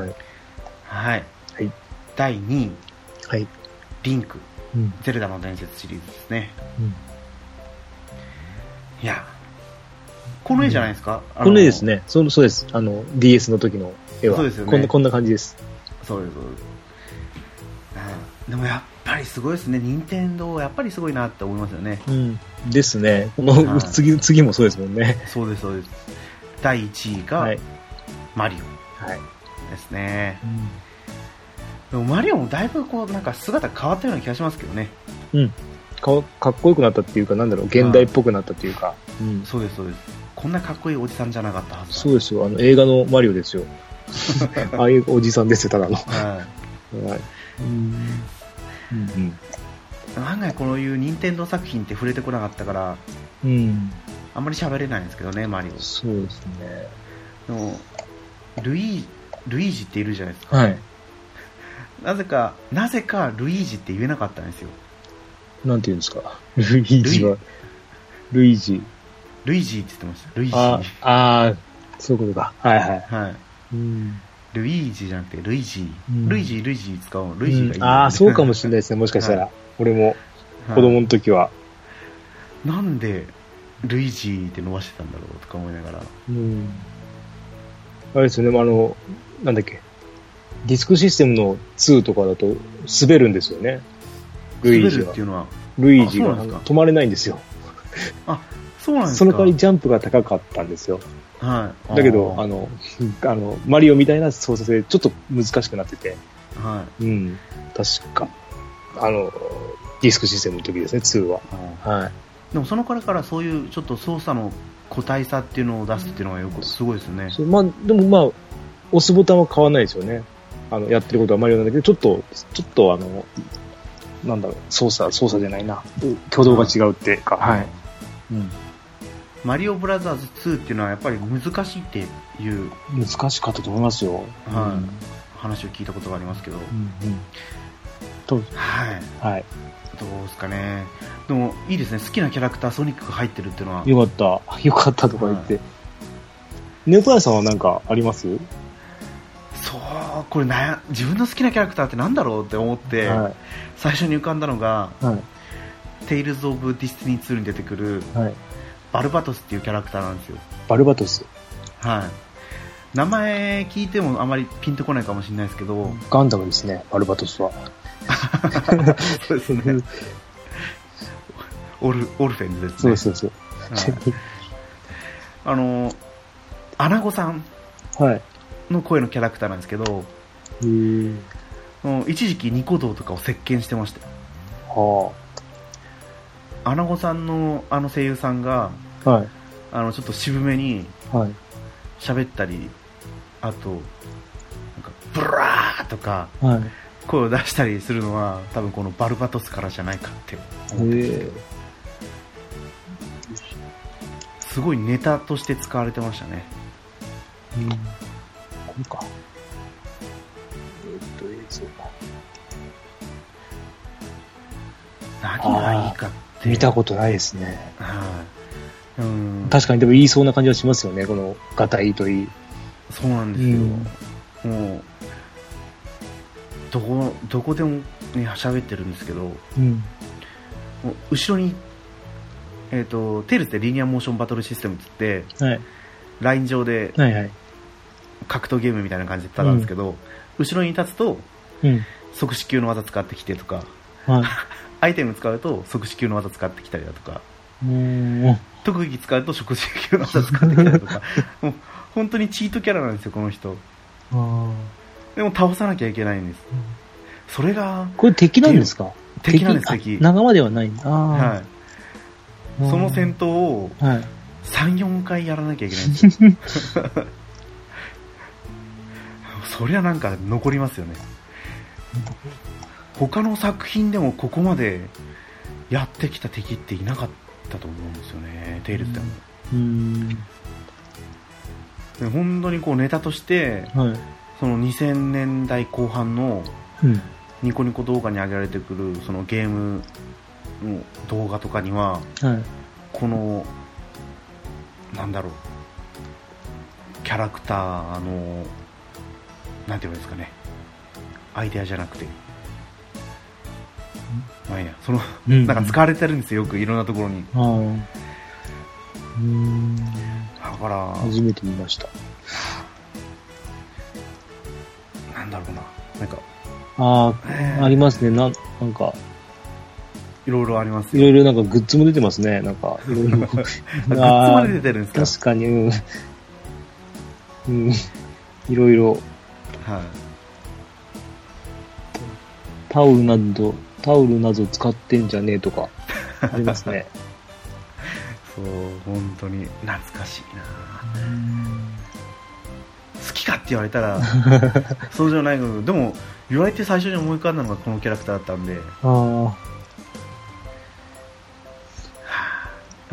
はい、はい第2位はい。リンクうん。ゼルダの伝説シリーズですねいやこの絵じゃないですか、あこの絵ですね。そうそうです。あの、DS の時の絵は。そうですよねこんな、こんな感じです。そうですそうですうんでもやっぱりすごいですね、任天堂やっぱりすごいなって思いますよね、うん。ですね。こはの、い次、次もそうですもんね。そうです、そうです、第1位はがい。マリはい。オですね、でもマリオもだいぶこうなんか姿変わったような気がしますけどね、かかっこよくなったっていうか、なんだろう、現代っぽくなったっていうか。うん。そうです、そうです、こんなかっこいいおじさんじゃなかったはずだそうですよ。あの、映画のマリオです よ。ああいうおじさんですよ、ただの。ははい。うん。うん。い、案外、こういう任天堂作品って触れてこなかったから、うん。あんまり喋れないんですけどね、マリオ。そうですね。でもルイールイージっているじゃないですか、はい。なぜか、なぜかルイージって言えなかったんですよ。なんていうんですか。ルイージは、ルイージ。ルイージーって言ってました。ルイーあジー。あー、そういうことか。はいはい。 はい。うん。ルイージーじゃなくて、ルイージー。うんルイージー、ルイージー使おう。ルイージーがいい、うんああ、そうかもししれないですね。もしかしたら。は俺も、子供の時は。なんで、ルイージーって伸ばしてたんだろうとか思いながら。うん。あれですよね。あの、なんだっけ。ディスクシステムの2とかだと、滑るんですよね。ルイー滑ジるっはてい。うのは、ルイージあそうがなんですか止まれないんですよ。そうなんですかその代わりジャンプが高かったんですよ。はい。だけど、ああの、あの、マリオみたいな操作性、ちょっと難しくなってて。ーはい。うん。確か。あの、ディスクシステムの時ですね、2は。はい。でもその頃からそういうちょっと操作の個体差っていうのを出すっていうのがよくすごいですね。そうまあ、でもまあ、押すボタンは変わらないですよね。あの、やってることはマリオなんだけど、ちょっと、ちょっとあの、なんだろう、操作、操作じゃないな。挙動が違うっていうか。はい。うん。マリオブラザーズ2っていうのはやっぱり難しいっていう難しかったと思いますよ。は話を聞いたことがありますけど、い。うんうん。と、はい、はい。どうですかね。でもいいですね。好きなキャラクターソニックが入ってるっていうのは。よかった。よかったとか言って。猫屋さんはなんかありますそう、これ悩自分の好きなキャラクターってなんだろうって思って、は最初に浮かんだのが、い。はい。テイルズ・オブ・ディスティニー2に出てくるはい。バルバトスっていうキャラクターなんですよ。バルバトス。はい。名前聞いてもあまりピンとこないかもしれないですけど、ガンダムですね、バルバトスは。そうですね。 オル、オルフェンズですね。そうです、そうはいあの、アナゴさんです。はい。の声のキャラクターなんですけど、へーうん一時期ニコ動とかを席巻してましたよはアナゴさんのあの声優さんが、あ。はい。あの、ちょっと渋めにはい。喋ったり、あと、なんか、ブラーとか、はい。声を出したりするのは、多分このバルバトスからじゃないかって思ってますけどへすごいネタとして使われてましたね。うん。これか。えーっと、映像か。何がいいかって。見たことないですね。はい。うん。確かに、でも言いそうな感じはしますよね、この、ガタイといい。そうなんですよ。もう、どこ、どこでも、ね、喋ってるんですけど、もうん。う後ろに、えっ、と、テールズでリニアモーションバトルシステムって言って、はい。ライン上ではいはい。格闘ゲームみたいな感じで戦うんですけど、後ろに立つと、うん。即死級の技使ってきてとか、はい。アイテム使うと即死級の技使ってきたりだとか、うーん。特技使うと食事級の技使ってきたりと か、もう本当にチートキャラなんですよ、この人。あでも倒さなきゃいけないんです。それがーこれ敵なんですか敵なんです、敵あ。仲間ではないんだ。はあい。ーその戦闘をはい。 3、4回やらなきゃいけないんですよ。 そりゃなんか残りますよね。他の作品でもここまでやってきた敵っていなかったと思うんですよね、テイルズでも。うーん。で本当にこうネタとして、はい。その2000年代後半のうん。ニコニコ動画に上げられてくるそのゲームの動画とかにははい。このなんだろうキャラクターのなんて言うんですかねアイデアじゃなくてまあいいやそのうんなんか使われてるんですよよくいろんなところにああ。うーん。だから初めて見ました。なんだろうななんかあえあ、ありますね。なんなんか、いろいろありますいよろいろなんかグッズも出てますね。なんか、いろいろ。 グッズあまでー出てるんですか確かに、うん。うん。いろいろ、はいタオルなど、タオルなど使ってんじゃねえとか、あります ね。そう本当に懐かしいな好きかって言われた らそうじゃないけどでも言われて最初に思い浮かんだのがこのキャラクターだったんであ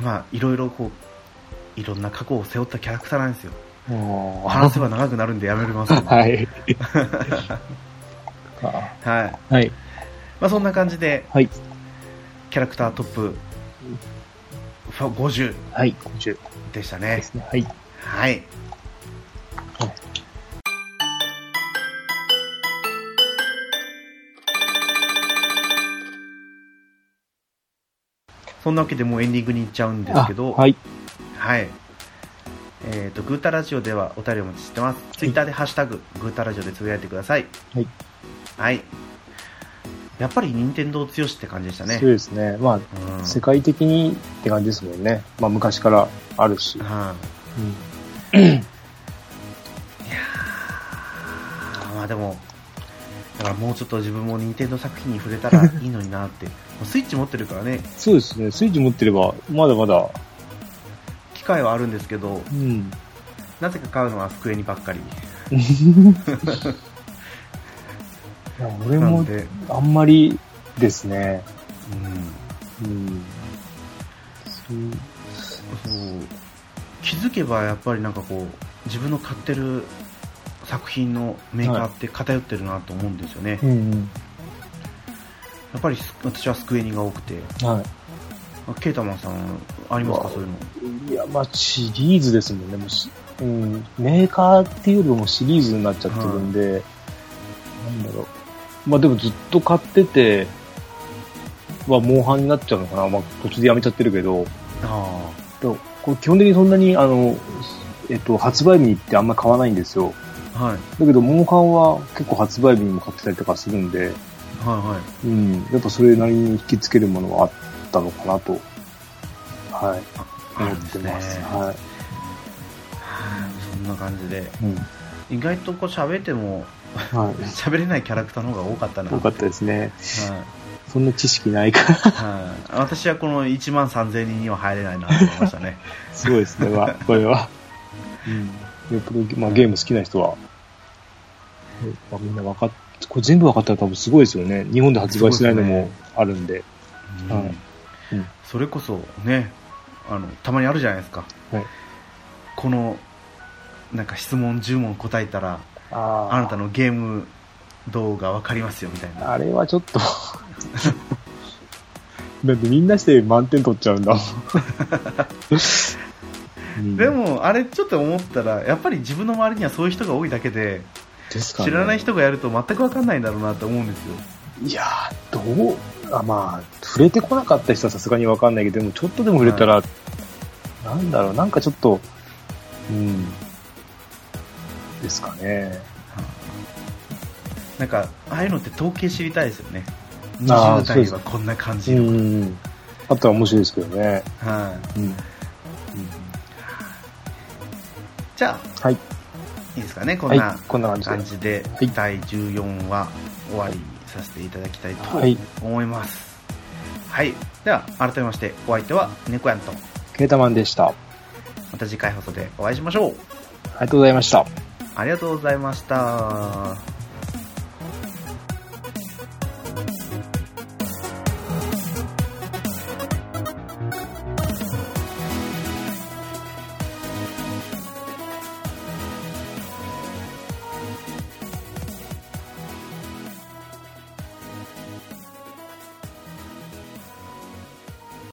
まあいろいろこういろんな過去を背負ったキャラクターなんですよあ。あ話せば長くなるんでやめますけどあ。はい。あはいーはい。まあ、そんな感じではい。キャラクタートップ50はい。50でしたでねすね。はい。はいそんなわけでもうエンディングに行っちゃうんですけど、あはい。はい。えっ、と、グータラジオではお便りお待ちしてます。ツイッターでハッシュタグ、グータラジオでつぶやいてください。はい。はい。やっぱり任天堂強しって感じでしたね。そうですね。まあ、うん世界的にって感じですもんね。まあ、昔からあるし。はうんい。あーまあでも、だからもうちょっと自分も任天堂作品に触れたらいいのにな って、もうスイッチ持ってるからね、そうですね、スイッチ持ってれば、まだまだ、機会はあるんですけど、 うん。なぜか買うのは机にばっかり。いや俺なもん、で、あんまりですね。うん、うん。そうそう気づけばやっぱりなんかこう自分の買ってる作品のメーカーって偏ってるなと思うんですよね、うんやっぱりす私はスクエニが多くてうん。はい。あケータマンさんありますかうわそういうのいや、まあ、シリーズですもんね。もうしうん、メーカーっていうよりもシリーズになっちゃってるんで、なんだろう。まあ、でもずっと買ってて、は、モンハンになっちゃうのかな。まあ、途中でやめちゃってるけど、あでもこれ基本的にそんなに、あの、えっと、発売日ってあんま買わないんですよ。あはいだけど、モンハンは結構発売日にも買ってたりとかするんで、はいはいうん、やっぱそれなりに引きつけるものはあったのかなと、はい、あ思るっんでてすねます。ははいそんな感じでい。うん意外とこう喋ってもはい。喋れないキャラクターの方が多かったなよかったですね。はいそんな知識ないから、はい私はこの1万3000人には入れないなと思いましたね すごいですね、まあ、これは。うん。よっぽど、まあ、ゲーム好きな人は、まあ、みんな分かっこれ全部分かったら多分すごいですよね。日本で発売しないのもあるんで。うんはいうんそれこそねあのたまにあるじゃないですか、はいこのなんか質問10問答えたらああなたのゲーム動画わかりますよみたいなあれはちょっと。だってみんなして満点取っちゃうん だもんうんでもあれちょっと思ったらやっぱり自分の周りにはそういう人が多いだけでですかね知らない人がやると全くわかんないんだろうなと思うんですよいやーどうあまあ触れてこなかった人はさすがに分かんないけどでもちょっとでも触れたら、なんだろうなんかちょっとうんですかねなんかああいうのって統計知りたいですよね20あーそうで代すはこんな感うじの、んあったら面白いですけどねはいうん、じゃはいあいいですかねこはんいなこんな感じで感じでい第14話終わりにさせていただきたいとはい思いますはい、では改めましてお相手は猫やんとケータマンでしたあまた次回放送でお会いしましょうりがとうございましたありがとうございました